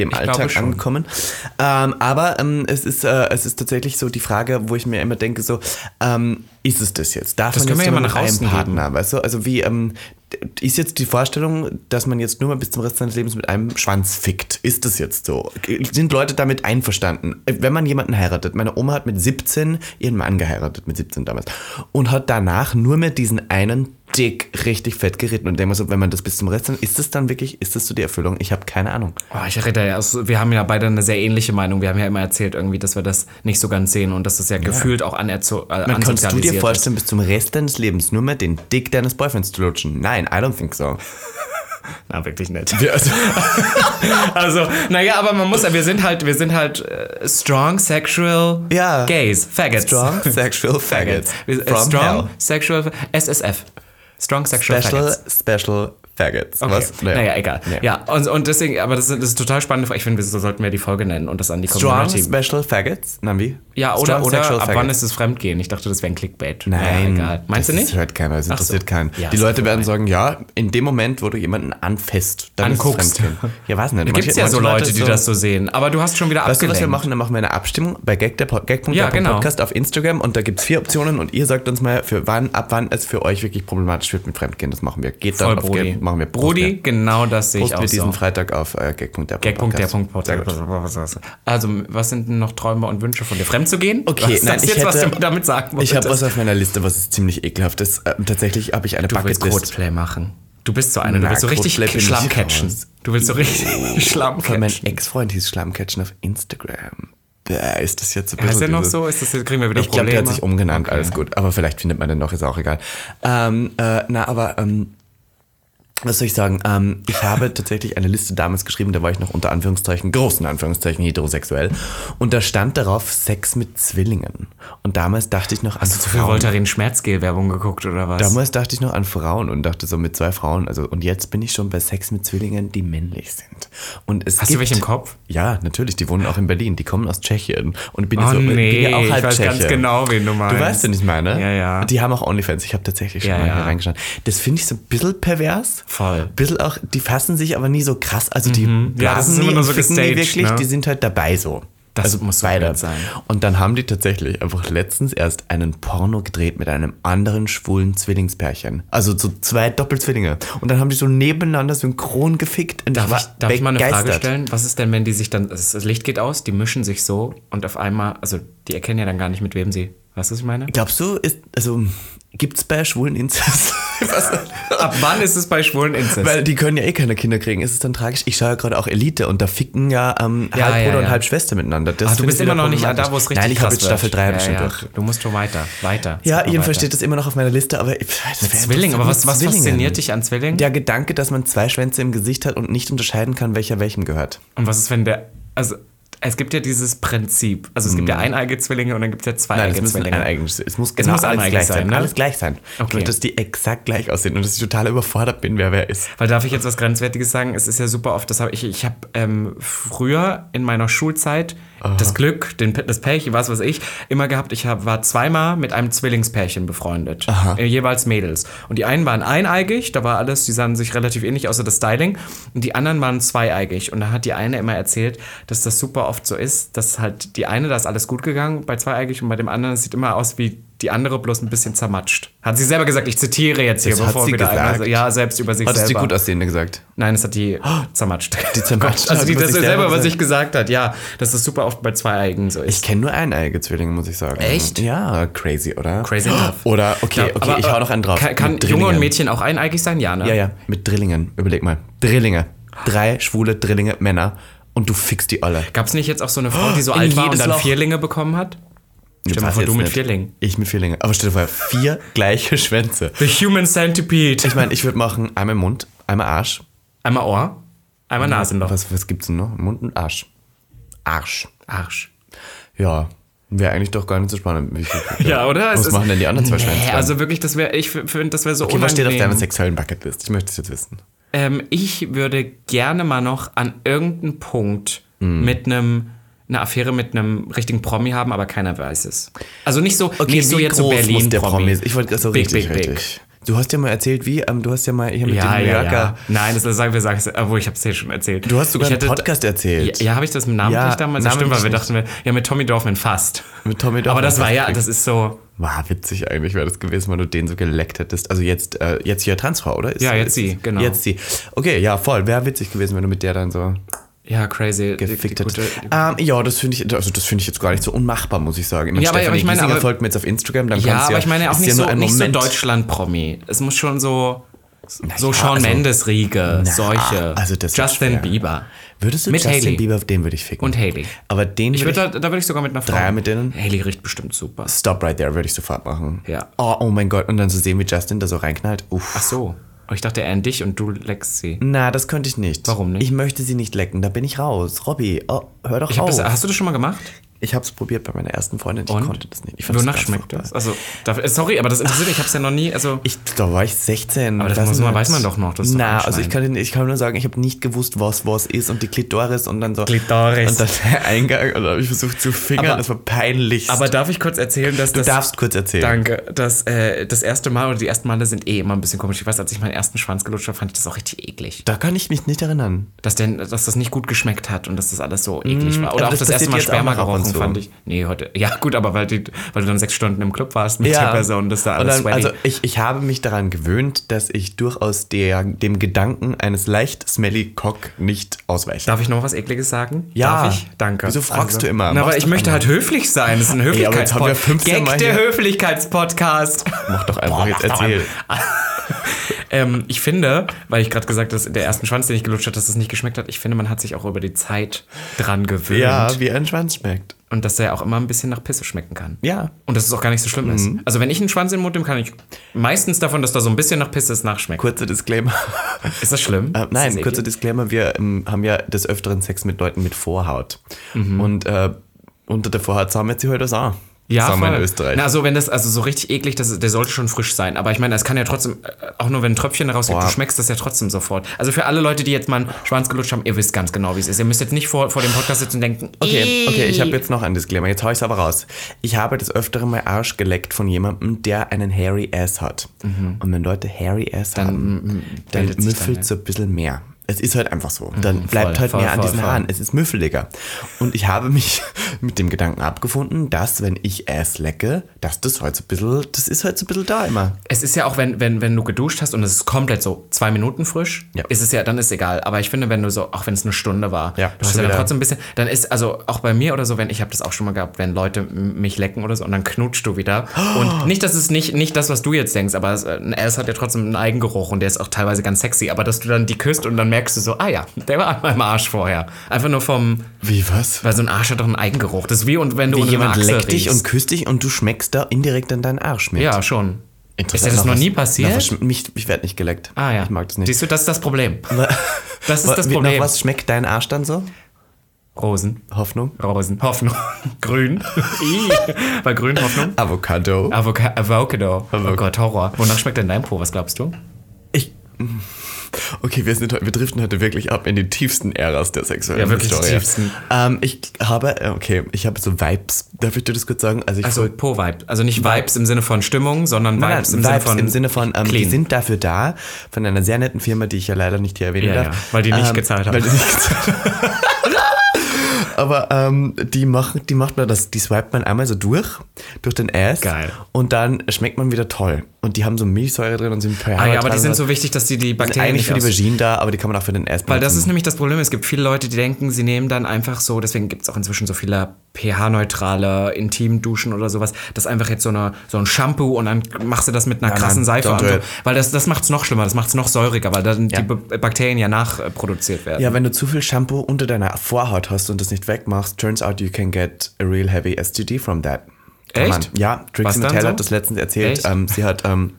B: dem
A: glaube
B: Alltag
A: schon.
B: angekommen. Ähm, aber ähm, es, ist, äh, es ist tatsächlich so die Frage, wo ich mir immer denke, so, ähm, ist es das jetzt? Darf
A: Das können
B: man
A: wir
B: jetzt
A: ja
B: nur
A: mal
B: mit
A: nach
B: einem
A: außen
B: Partner, weißt du? Also wie, ähm, d- ist jetzt die Vorstellung, dass man jetzt nur mal bis zum Rest seines Lebens mit einem Schwanz fickt? Ist das jetzt so? Sind Leute damit einverstanden? Wenn man jemanden heiratet, meine Oma hat mit 17 ihren Mann geheiratet, mit 17 damals, und hat danach nur mehr diesen einen Dick richtig fett geritten und denke mal so, wenn man das bis zum Rest, dann ist das dann wirklich, ist das so die Erfüllung? Ich habe keine Ahnung.
A: Oh, ich rede ja, aus- wir haben ja beide eine sehr ähnliche Meinung. Wir haben ja immer erzählt, irgendwie, dass wir das nicht so ganz sehen und dass das ja, gefühlt auch anerzo äh,
B: Dann kannst du
A: ansozialisiert
B: dir
A: ist.
B: vorstellen, bis zum Rest deines Lebens nur mehr den Dick deines Boyfriends zu lutschen? Nein, I don't think so.
A: Na, wirklich nett. also, naja, aber man muss, ja- wir sind halt, wir sind halt äh, strong sexual
B: Ja.
A: gays, faggots.
B: Strong sexual faggots
A: Wir- äh,
B: from
A: strong
B: hell.
A: sexual, SSF. Strong sexual
B: Special,
A: faggots.
B: special Faggots.
A: Okay.
B: Was?
A: Naja, egal. Ja, und, und deswegen, aber das ist, das ist total spannend. Ich finde, wir so sollten wir die Folge nennen und das an die
B: Strong
A: Community.
B: Special Faggots? Nein, wie?
A: ja, oder,
B: Strong Sexual
A: oder ab
B: Faggots.
A: wann ist es Fremdgehen? Ich dachte, das wäre ein Clickbait.
B: Nein,
A: Ja, egal. Meinst du
B: das halt
A: nicht?
B: Das hört keiner,
A: Ach
B: das
A: so.
B: interessiert keinen.
A: Ja,
B: die
A: ist
B: Leute
A: vorbei.
B: werden sagen, ja, in dem Moment, wo du jemanden anfasst, dann
A: Anguckst.
B: ist es Fremdgehen. Ja, was denn?
A: Da gibt es ja so Leute, die das so sehen. Aber du hast schon wieder
B: Weißt du, was wir
A: abgelenkt.
B: machen? Dann machen wir eine Abstimmung bei Gag der Pod- Gag.der
A: Ja, genau.
B: Podcast auf Instagram und da gibt es vier Optionen und ihr sagt uns mal, für wann, ab wann es für euch wirklich problematisch wird mit Fremdgehen. Das machen wir. Geht
A: Voll
B: dann auf
A: Brody.
B: Gag, machen wir Prost,
A: Brody,
B: ja.
A: genau das sehe ich
B: Prost
A: auch
B: mit
A: so.
B: diesen Freitag auf äh, Gag.der
A: Gag.der Punkt
B: Sehr
A: Podcast.
B: gut.
A: Also, was sind denn noch Träume und Wünsche von dir? Fremd zu gehen?
B: Okay,
A: was
B: nein,
A: sagst
B: ich
A: du jetzt, was
B: hätte-
A: du damit sagen
B: Ich habe was
A: wolltest?
B: auf meiner Liste, was ist ziemlich ekelhaft ist. Äh, tatsächlich habe ich eine
A: Du willst
B: Bucketlist.
A: Codeplay machen. Du bist so einer. Du
B: Na,
A: willst so richtig
B: Codeplay bin ich
A: Schlamm catchen.
B: raus.
A: Du willst so richtig Schlamm
B: Von meinem
A: catchen.
B: Ex-Freund hieß Schlammcatchen auf Instagram. Bäh, ist das jetzt so
A: Heißt der noch so? Ist das, kriegen wir wieder
B: Ich glaube, der hat
A: Probleme?
B: sich umgenannt, alles gut. Aber vielleicht findet man den noch, ist auch egal. Ähm, äh, na, aber ähm, was soll ich sagen? Ähm, ich habe tatsächlich eine Liste damals geschrieben, da war ich noch unter Anführungszeichen, großen Anführungszeichen heterosexuell. Und da stand darauf Sex mit Zwillingen. Und damals dachte ich noch also an
A: Hast du für Voltaren Schmerzgel-Werbung geguckt oder was?
B: Damals dachte ich noch an Frauen und dachte so mit zwei Frauen. Also und jetzt bin ich schon bei Sex mit Zwillingen, die männlich sind. Und es
A: Hast du
B: gibt,
A: welche im Kopf?
B: Ja, natürlich. Die wohnen auch in Berlin. Die kommen aus Tschechien und bin ich
A: Oh
B: so. bin
A: nee,
B: ja Also, auch
A: ich
B: halb
A: weiß
B: Tscheche.
A: ganz genau, wen du meinst.
B: Du weißt, wen ich meine.
A: Ja, ja.
B: Die haben auch OnlyFans. Ich habe tatsächlich schon
A: Ja,
B: mal
A: ja.
B: hier reingeschaut. Das finde ich so ein bisschen pervers.
A: Voll. Mhm.
B: Bisschen auch, die fassen sich aber nie so krass. Also die
A: Ja, das ist
B: blasen nie
A: immer nur
B: und
A: so
B: ficken nie
A: gestaged,
B: wirklich.
A: ne?
B: Die sind halt dabei so. Also
A: Das muss so
B: beide
A: weird sein.
B: Und dann haben die tatsächlich einfach letztens erst einen Porno gedreht mit einem anderen schwulen Zwillingspärchen. Also so zwei Doppelzwillinge. Und dann haben die so nebeneinander synchron gefickt. Und
A: Darf,
B: war
A: ich, darf ich mal eine Frage
B: begeistert.
A: stellen? Was ist denn, wenn die sich dann, das das Licht geht aus, die mischen sich so und auf einmal, also die erkennen ja dann gar nicht, mit wem sie, weißt du, was ich meine?
B: Glaubst du, ist, also gibt's bei schwulen Inzest? Was?
A: Ab wann ist es bei schwulen Inzest?
B: Weil die können ja eh keine Kinder kriegen. Ist es dann tragisch? Ich schaue ja gerade auch Elite und da ficken ja, ähm,
A: Ja,
B: Halbbruder
A: ja, ja.
B: und Halbschwester miteinander. Das
A: Ach, Ah, du
B: finde
A: bist
B: ich wieder
A: immer noch nicht
B: problematisch.
A: da, wo es richtig
B: Nein, ich
A: krass
B: habe jetzt Staffel
A: wird.
B: 3 ja,
A: Ja,
B: schon
A: ja.
B: durch.
A: Du musst schon weiter, weiter. Sag
B: Ja,
A: mal
B: jedenfalls
A: weiter.
B: steht das immer noch auf meiner Liste, aber pff, das wär
A: Zwilling,
B: interessant
A: aber
B: mit
A: was, was
B: Zwillingen.
A: fasziniert dich an Zwillingen?
B: Der Gedanke, dass man zwei Schwänze im Gesicht hat und nicht unterscheiden kann, welcher welchem gehört.
A: Und was ist, wenn der, also es gibt ja dieses Prinzip, also es gibt ja eineige Zwillinge und dann gibt es ja
B: Hm. Nein, es
A: zweieige
B: müssen
A: Zwillinge.
B: ein eigenes. Es muss genau
A: muss
B: alles
A: eineigig
B: gleich sein.
A: sein, ne?
B: Alles gleich sein.
A: Okay.
B: Und dass die exakt gleich aussehen und dass ich total überfordert bin, wer wer ist.
A: Weil darf ich jetzt was Grenzwertiges sagen? Es ist ja super oft, das habe ich, ich habe ähm, früher in meiner Schulzeit das Glück, den, P- das Pärchen, was weiß ich, immer gehabt, ich hab, war zweimal mit einem Zwillingspärchen befreundet. Äh, jeweils Mädels. Und die einen waren eineigig, da war alles, die sahen sich relativ ähnlich, außer das Styling. Und die anderen waren zweieigig. Und da hat die eine immer erzählt, dass das super oft so ist, dass halt die eine, da ist alles gut gegangen bei zweieigig und bei dem anderen, es sieht immer aus wie die andere bloß ein bisschen zermatscht. Hat sie selber gesagt, ich zitiere jetzt hier,
B: Das hat
A: bevor
B: sie
A: wieder einer,
B: gesagt?
A: ja, selbst über sich
B: Hat es
A: selber.
B: die gut aussehende gesagt?
A: Nein, das hat die oh, zermatscht.
B: Die zermatscht
A: Also
B: hat
A: die
B: über
A: das
B: sich
A: selber,
B: selber
A: was
B: gesagt.
A: ich gesagt hat, ja, dass das super oft bei Zweieigenen so
B: Ich
A: ist.
B: kenne nur eineige Zwillinge, muss ich sagen.
A: Echt?
B: Ja, crazy, oder?
A: Crazy enough.
B: Oder, okay, okay,
A: aber, äh,
B: ich hau noch einen drauf.
A: Kann, kann
B: Mit
A: Junge und
B: Drillingen.
A: Mädchen auch eineigig sein? Ja, ne?
B: Ja, ja, mit Drillingen. Überleg mal. Drillinge. Drei schwule Drillinge, Männer. Und du fickst die alle.
A: Gab es nicht jetzt auch so eine Frau, die so
B: Oh, in
A: alt war und
B: jedes
A: dann
B: Loch.
A: Vierlinge bekommen hat? Stell dir mal
B: Weiß
A: vor,
B: jetzt
A: du mit
B: nicht.
A: Vierlingen.
B: Ich mit Vierlingen. Aber stell dir vor, vier gleiche Schwänze.
A: The Human Centipede.
B: Ich meine, ich würde machen einmal Mund, einmal Arsch.
A: Einmal Ohr,
B: Mhm.
A: einmal Nasenloch.
B: Was, was gibt's denn noch? Mund und Arsch. Arsch.
A: Arsch.
B: Ja, wäre eigentlich doch gar nicht so spannend. Wie viel-
A: Ja, oder? Es
B: Was
A: ist-
B: machen denn die anderen zwei Schwänze?
A: Nee,
B: dann?
A: also wirklich, das wäre, ich finde, das wäre so
B: okay, was
A: unangenehm.
B: steht auf deiner sexuellen Bucketlist? Ich möchte es jetzt wissen.
A: Ähm, ich würde gerne mal noch an irgendeinem Punkt
B: Mhm.
A: mit einem eine Affäre mit einem richtigen Promi haben, aber keiner weiß es. Also nicht so, nicht so
B: wie
A: jetzt so
B: groß muss
A: Berlin
B: der Promi.
A: Promi.
B: sein? Ich wollte gerade so
A: Big,
B: richtig,
A: big, big.
B: richtig. Du hast ja mal erzählt, wie, ähm, du hast ja mal hier mit
A: Ja,
B: dem New
A: ja,
B: Yorker.
A: ja. Nein, das sagen wir, sagen es, obwohl ich habe es dir schon erzählt.
B: Du hast sogar
A: ich
B: einen Podcast erzählt.
A: Ja, ja habe ich das mit Namen
B: Ja,
A: nicht damals? Ja, stimmt, weil wir
B: namentlich
A: dachten, wir, ja, mit Tommy Dorfman fast.
B: Mit Tommy
A: Aber
B: Dorfman
A: das war
B: fast.
A: ja, das ist so,
B: War witzig eigentlich, wäre das gewesen, wenn du den so geleckt hättest. Also jetzt, äh, jetzt hier Transfrau, oder? Ist,
A: Ja, jetzt
B: ist,
A: sie, genau.
B: Jetzt sie. Okay, ja, voll. Wäre witzig gewesen, wenn du mit der dann so
A: ja, crazy. Die- die
B: gefickt
A: gute-
B: hättest. Ähm, ja, das finde ich, also das finde ich jetzt gar nicht so unmachbar, muss ich sagen. Ich meine,
A: Ja, aber-
B: Stefanie
A: aber ich meine,
B: Giesinger
A: aber-
B: folgt mir jetzt auf Instagram, dann
A: Ja,
B: kannst du
A: aber ich meine auch
B: ist
A: nicht, so,
B: nur ein
A: nicht so
B: Moment.
A: Deutschland-Promi. Es muss schon so, so
B: ja,
A: Sean
B: also-
A: Mendes-Riege, solche.
B: also das ist
A: Justin
B: schwer.
A: Bieber.
B: Würdest du
A: mit
B: Justin
A: Hailey.
B: Bieber, den würde ich ficken.
A: Und Hailey.
B: Aber den
A: Ich
B: würde
A: würde, da, da würde ich sogar mit einer Frau.
B: Dreier mit denen?
A: Hailey riecht bestimmt super.
B: Stop right there, würde ich sofort machen.
A: Ja.
B: Oh, oh mein Gott. Und dann zu sehen, wie Justin da so reinknallt. Uff.
A: Ach so. Und Ich dachte eher an dich und du leckst sie.
B: Na, das könnte ich nicht.
A: Warum nicht?
B: Ich möchte sie nicht lecken, da bin ich raus. Robby, oh, hör doch
A: Ich hab
B: auf.
A: das, hast du das schon mal gemacht?
B: Ich habe es probiert bei meiner ersten Freundin, ich
A: Und?
B: konnte das nicht. Ich fand's
A: Wonach
B: ganz
A: schmeckt
B: furchtbar.
A: das? Also, da, äh, sorry, aber das interessiert mich. Ich habe es ja noch nie. Also,
B: Ich, da war ich 16.
A: Aber das
B: weiß
A: muss man-
B: nicht.
A: weiß man doch noch, das ist doch
B: Na, also ich
A: anscheinend.
B: kann, ich kann nur sagen, ich habe nicht gewusst, was was ist und die Klitoris und dann so.
A: Klitoris.
B: Und dann der Eingang und dann habe ich versucht zu fingern,
A: Aber-
B: das war peinlich.
A: aber darf ich kurz erzählen, dass
B: du
A: das.
B: darfst kurz erzählen.
A: Danke. Das, äh, das erste Mal oder die ersten Male sind eh immer ein bisschen komisch. Ich weiß, als ich meinen ersten Schwanz gelutscht habe, fand ich das auch richtig eklig.
B: Da kann ich mich nicht erinnern.
A: Dass, denn, dass das nicht gut geschmeckt hat und dass das alles so eklig war.
B: aber
A: Oder auch
B: Hm, also das
A: das, erste
B: passiert
A: Mal
B: jetzt auch
A: Sperma
B: noch ab und
A: gerochen,
B: zu.
A: fand ich. Nee, heute. Ja, gut, aber weil, die, weil du dann sechs Stunden im Club warst mit der Person, das ist da
B: Und
A: alles
B: dann,
A: sweaty.
B: also ich, ich habe mich daran gewöhnt, dass ich durchaus der, dem Gedanken eines leicht smelly Cock nicht ausweiche.
A: Darf ich noch was Ekliges sagen?
B: Ja.
A: Darf ich? Danke. Also,
B: Wieso fragst du immer?
A: Na,
B: Mach's
A: aber ich
B: doch
A: möchte halt höflich sein. Das ist ein
B: Ey, aber jetzt haben wir
A: Höflichkeitspodcast.
B: 15 Mal
A: Gag der
B: hier-
A: Höflichkeitspodcast.
B: Mach doch einfach jetzt erzähl.
A: ähm, ich finde, weil ich gerade gesagt habe, dass der ersten Schwanz, den ich gelutscht habe, dass das nicht geschmeckt hat, ich finde, man hat sich auch über die Zeit dran gewöhnt.
B: Ja, wie ein Schwanz schmeckt.
A: Und dass der auch immer ein bisschen nach Pisse schmecken kann.
B: Ja.
A: Und dass es auch gar nicht so schlimm
B: Mhm.
A: ist. Also wenn ich einen Schwanz in den Mund nehme, kann ich meistens davon, dass da so ein bisschen nach Pisse es nachschmeckt.
B: Kurzer Disclaimer.
A: Ist das schlimm?
B: Äh,
A: Ist das
B: nein,
A: eklig?
B: kurzer Disclaimer, wir ähm, haben ja des Öfteren Sex mit Leuten mit Vorhaut.
A: Mhm.
B: Und äh, unter der Vorhaut sahen wir jetzt heute das an.
A: Ja,
B: Sagen wir in
A: voll.
B: Österreich.
A: Na, also wenn das also so richtig eklig, das, der sollte schon frisch sein. Aber ich meine, es kann ja trotzdem, äh, auch nur wenn ein Tröpfchen rausgeht,
B: Boah.
A: du schmeckst das ja trotzdem sofort. Also für alle Leute, die jetzt mal einen Schwanz gelutscht haben, ihr wisst ganz genau, wie es ist. Ihr müsst jetzt nicht vor, vor dem Podcast sitzen und denken,
B: Okay, okay, ich habe
A: "Ih."
B: jetzt noch einen Disclaimer. Jetzt hau ich's aber raus. Ich habe des Öfteren mal Arsch geleckt von jemandem, der einen hairy Ass hat.
A: Mhm.
B: Und wenn Leute hairy Ass haben, dann
A: bildet sich
B: müffelt
A: dann, Mhm,
B: so ein bisschen mehr. Es ist halt einfach so. Dann bleibt
A: voll,
B: halt
A: voll,
B: mehr an
A: voll,
B: diesen
A: voll.
B: Haaren. Es ist müffeliger. Und ich habe mich mit dem Gedanken abgefunden, dass wenn ich Ass lecke, dass das halt so ein bisschen, das ist halt so ein bisschen da immer.
A: Es ist ja auch, wenn, wenn, wenn du geduscht hast und es ist komplett so zwei Minuten frisch,
B: Ja.
A: ist es ja, dann ist egal. Aber ich finde, wenn du so, auch wenn es eine Stunde war,
B: Ja,
A: du hast ja
B: schon
A: dann
B: wieder.
A: trotzdem ein bisschen, dann ist, also auch bei mir oder so, wenn, ich habe das auch schon mal gehabt, wenn Leute m- mich lecken oder so und dann knutschst du wieder. Und nicht, dass es nicht, nicht das, was du jetzt denkst, aber es, äh, ein Ass hat ja trotzdem einen Eigengeruch und der ist auch teilweise ganz sexy, aber dass du dann die küsst und dann merkst du so, ah ja, der war an meinem Arsch vorher. Einfach nur vom,
B: Wie was?
A: weil so ein Arsch hat doch einen Eigengeruch. Das ist wie, und wenn du
B: Wie
A: unter einer
B: jemand
A: Achse
B: leckt dich und
A: riechst.
B: küsst dich und du schmeckst da indirekt an deinen Arsch mit.
A: Ja, schon. Ist
B: Interessant,
A: dir das noch
B: was-
A: nie passiert?
B: was schmeckt- mich, ich werde nicht geleckt.
A: Ah ja.
B: Ich mag das nicht.
A: Siehst du, das ist das Problem. Das ist
B: Wa-
A: das
B: wie-
A: Problem.
B: Nach was schmeckt dein Arsch dann so?
A: Rosen.
B: Hoffnung.
A: Rosen. Hoffnung. Grün. Ih. Bei Grün Hoffnung.
B: Avocado.
A: Avoca Avocado.
B: Avoc-
A: Oh Gott, Horror. Wonach schmeckt denn dein Po? Was glaubst du?
B: Ich. Okay, wir, sind, heute- wir driften heute wirklich ab in die tiefsten Äras der sexuellen
A: Ja, wirklich die
B: Historie.
A: tiefsten.
B: Ähm, ich habe, äh, okay, ich habe so Vibes. Darf ich dir das kurz sagen? Also, ich
A: Also Po-Vibe. Also nicht Vibes im Sinne von Stimmung, sondern
B: Nein,
A: Vibes, im, Sinne von
B: ähm, die
A: clean.
B: sind dafür da, von einer sehr netten Firma, die ich ja leider nicht hier erwähnen
A: Ja,
B: darf. Ähm,
A: ja, weil die nicht gezahlt haben.
B: Weil die nicht gezahlt haben. Aber ähm, die, machen, die macht man das, die swipet man einmal so durch, durch den Ass.
A: Geil.
B: Und dann schmeckt man wieder toll. Und die haben so Milchsäure drin und sind per
A: Ah ja, aber die sind so wichtig, dass die die Bakterien
B: eigentlich
A: nicht
B: für die
A: aus-
B: Vagina da, aber die kann man auch für den Ass
A: Weil das ist nämlich das Problem. Es gibt viele Leute, die denken, sie nehmen dann einfach so, deswegen gibt es auch inzwischen so viele pH-neutrale Intimduschen oder sowas, das einfach jetzt so, eine, so ein Shampoo und dann machst du das mit einer krassen
B: nein,
A: Seife an.
B: don't do
A: So,
B: it.
A: weil das, das macht es noch schlimmer, das macht es noch säuriger, weil dann
B: Ja.
A: die B- Bakterien ja nachproduziert werden.
B: Ja, wenn du zu viel Shampoo unter deiner Vorhaut hast und das nicht wegmachst, turns out you can get a real heavy STD from that. Kann
A: Echt?
B: Man. Ja,
A: Was
B: Trixie
A: dann
B: Mattel
A: so?
B: hat das letztens erzählt.
A: Echt?
B: Ähm, sie hat ähm,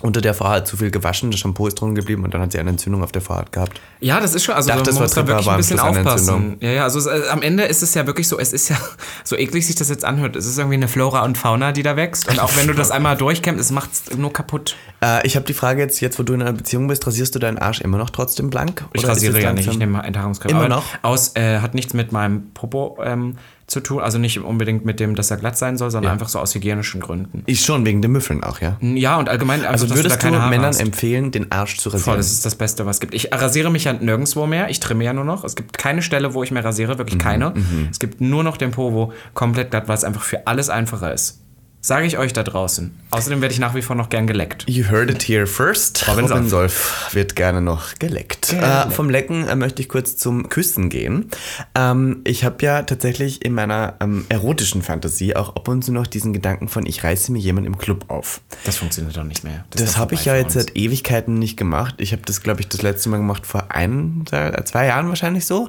B: unter der Vorhaut zu viel gewaschen, das Shampoo ist drin geblieben und dann hat sie eine Entzündung auf der Vorhaut gehabt.
A: Ja, das ist schon, also
B: Dachte,
A: man
B: das war
A: muss da
B: Tripper,
A: wirklich ein
B: aber am
A: bisschen
B: Schluss eine
A: aufpassen.
B: Entzündung.
A: Ja, ja, also es, äh, am Ende ist es ja wirklich so, es ist ja so eklig sich das jetzt anhört, es ist irgendwie eine Flora und Fauna, die da wächst und auch wenn du das einmal durchkämpfst, es macht's nur kaputt.
B: Äh, ich habe die Frage jetzt, jetzt wo du in einer Beziehung bist, rasierst du deinen Arsch immer noch trotzdem blank?
A: Ich
B: Oder ist
A: rasiere
B: es
A: ja nicht, ich
B: langsam-
A: nehme Enthaarungscreme.
B: Immer
A: Aber
B: noch?
A: Aus, äh, hat nichts mit meinem Popo ähm, zu tun, also nicht unbedingt mit dem, dass er glatt sein soll, sondern einfach so aus hygienischen Gründen.
B: Ich schon, wegen den Müffeln auch, ja.
A: Ja, und allgemein, also,
B: Also
A: dass du da
B: würdest du,
A: keine Haare
B: Männern
A: hast.
B: empfehlen, den Arsch zu
A: Voll,
B: rasieren?
A: das ist das Beste, was es gibt. Ich rasiere mich ja nirgendwo mehr. Ich trimme ja nur noch. Es gibt keine Stelle, wo ich mehr rasiere,
B: Mhm,
A: wirklich keine. Es gibt nur noch den Po, wo komplett glatt, weil es einfach für alles einfacher ist. Sage ich euch da draußen. Außerdem werde ich nach wie vor noch gern geleckt.
B: You heard it here first.
A: Robin Solf.
B: Solf wird gerne noch geleckt. Äh,
A: Gerne.
B: vom Lecken äh, möchte ich kurz zum Küssen gehen. Ähm, ich habe ja tatsächlich in meiner ähm, erotischen Fantasie auch ab und zu noch diesen Gedanken von, ich reiße mir jemanden im Club auf.
A: Das funktioniert doch nicht mehr. ist
B: Das
A: doch
B: habe ich ja
A: vorbei für
B: jetzt
A: uns.
B: seit Ewigkeiten nicht gemacht. Ich habe das, glaube ich, das letzte Mal gemacht vor ein, äh, zwei Jahren wahrscheinlich so.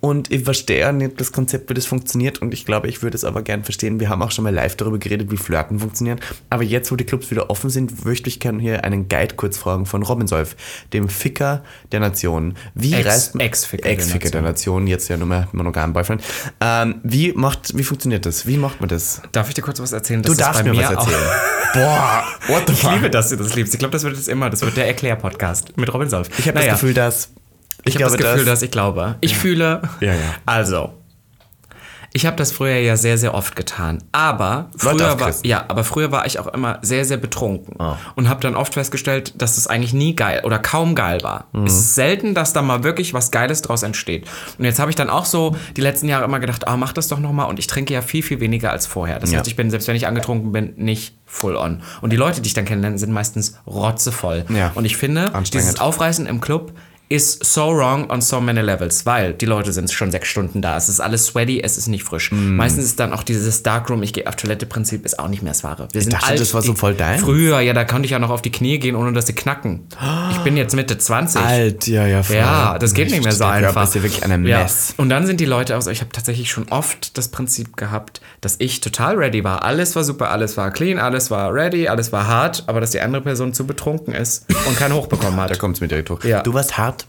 B: Und ich verstehe nicht das Konzept, wie das funktioniert. Und ich glaube, ich würde es aber gern verstehen. Wir haben auch schon mal live darüber geredet, wie Flirten funktionieren. Aber jetzt, wo die Clubs wieder offen sind, möchte ich gerne hier einen Guide kurz fragen von Robin Solf, dem Ficker der Nation. Wie
A: Ex-
B: reist man-
A: Ex-Ficker der
B: Ex-Ficker der,
A: Nation.
B: Nation, jetzt ja nur mehr monogam Boyfriend. Ähm, wie macht, wie funktioniert das? Wie macht man das?
A: Darf ich dir kurz was erzählen?
B: Du
A: Das ist
B: darfst
A: bei
B: mir, was
A: auch-
B: erzählen. Boah, what the
A: Ich liebe, dass du das liebst. Ich glaube, das wird jetzt immer. Das wird der Erklär-Podcast mit Robin Solf.
B: Ich habe
A: Naja.
B: das Gefühl, dass
A: Ich, habe das Gefühl, dass ich glaube. Ich fühle.
B: Ja, ja.
A: Also, ich habe das früher ja sehr, sehr oft getan. Aber früher,
B: Leute
A: war,
B: aufgerissen. Ah.
A: ja, aber früher war ich auch immer sehr, sehr betrunken. Und habe dann oft festgestellt, dass es eigentlich nie geil oder kaum geil war.
B: Mhm.
A: Es ist selten, dass da mal wirklich was Geiles draus entsteht. Und jetzt habe ich dann auch so die letzten Jahre immer gedacht, ah, mach das doch nochmal. Und ich trinke ja viel, viel weniger als vorher. Das
B: Ja.
A: heißt, ich bin, selbst wenn ich angetrunken bin, nicht full on. Und die Leute, die ich dann kennenlerne, sind meistens rotzevoll.
B: Ja.
A: Und ich finde,
B: Anstrengend.
A: dieses Aufreißen im Club ist so wrong on so many levels, weil die Leute sind schon sechs Stunden da. Es ist alles sweaty, es ist nicht frisch.
B: Mm.
A: Meistens ist dann auch dieses Darkroom, ich gehe auf Toilette Prinzip ist auch nicht mehr das Wahre. Wir sind
B: dachte, das war so voll dein.
A: Früher, ja, da konnte ich ja noch auf die Knie gehen, ohne dass sie knacken. Ich bin jetzt Mitte 20.
B: Alt, ja, ja, voll.
A: Ja, das geht nicht mehr so
B: Der Körper
A: einfach.
B: ist ja wirklich eine
A: Ja.
B: Mess.
A: Und dann sind die Leute aus. Ich habe tatsächlich schon oft das Prinzip gehabt, dass ich total ready war. Alles war super, alles war clean, alles war ready, alles war hart, aber dass die andere Person zu betrunken ist und keinen hochbekommen
B: Da
A: hat.
B: kommt's mir direkt hoch.
A: Ja.
B: Du warst hart.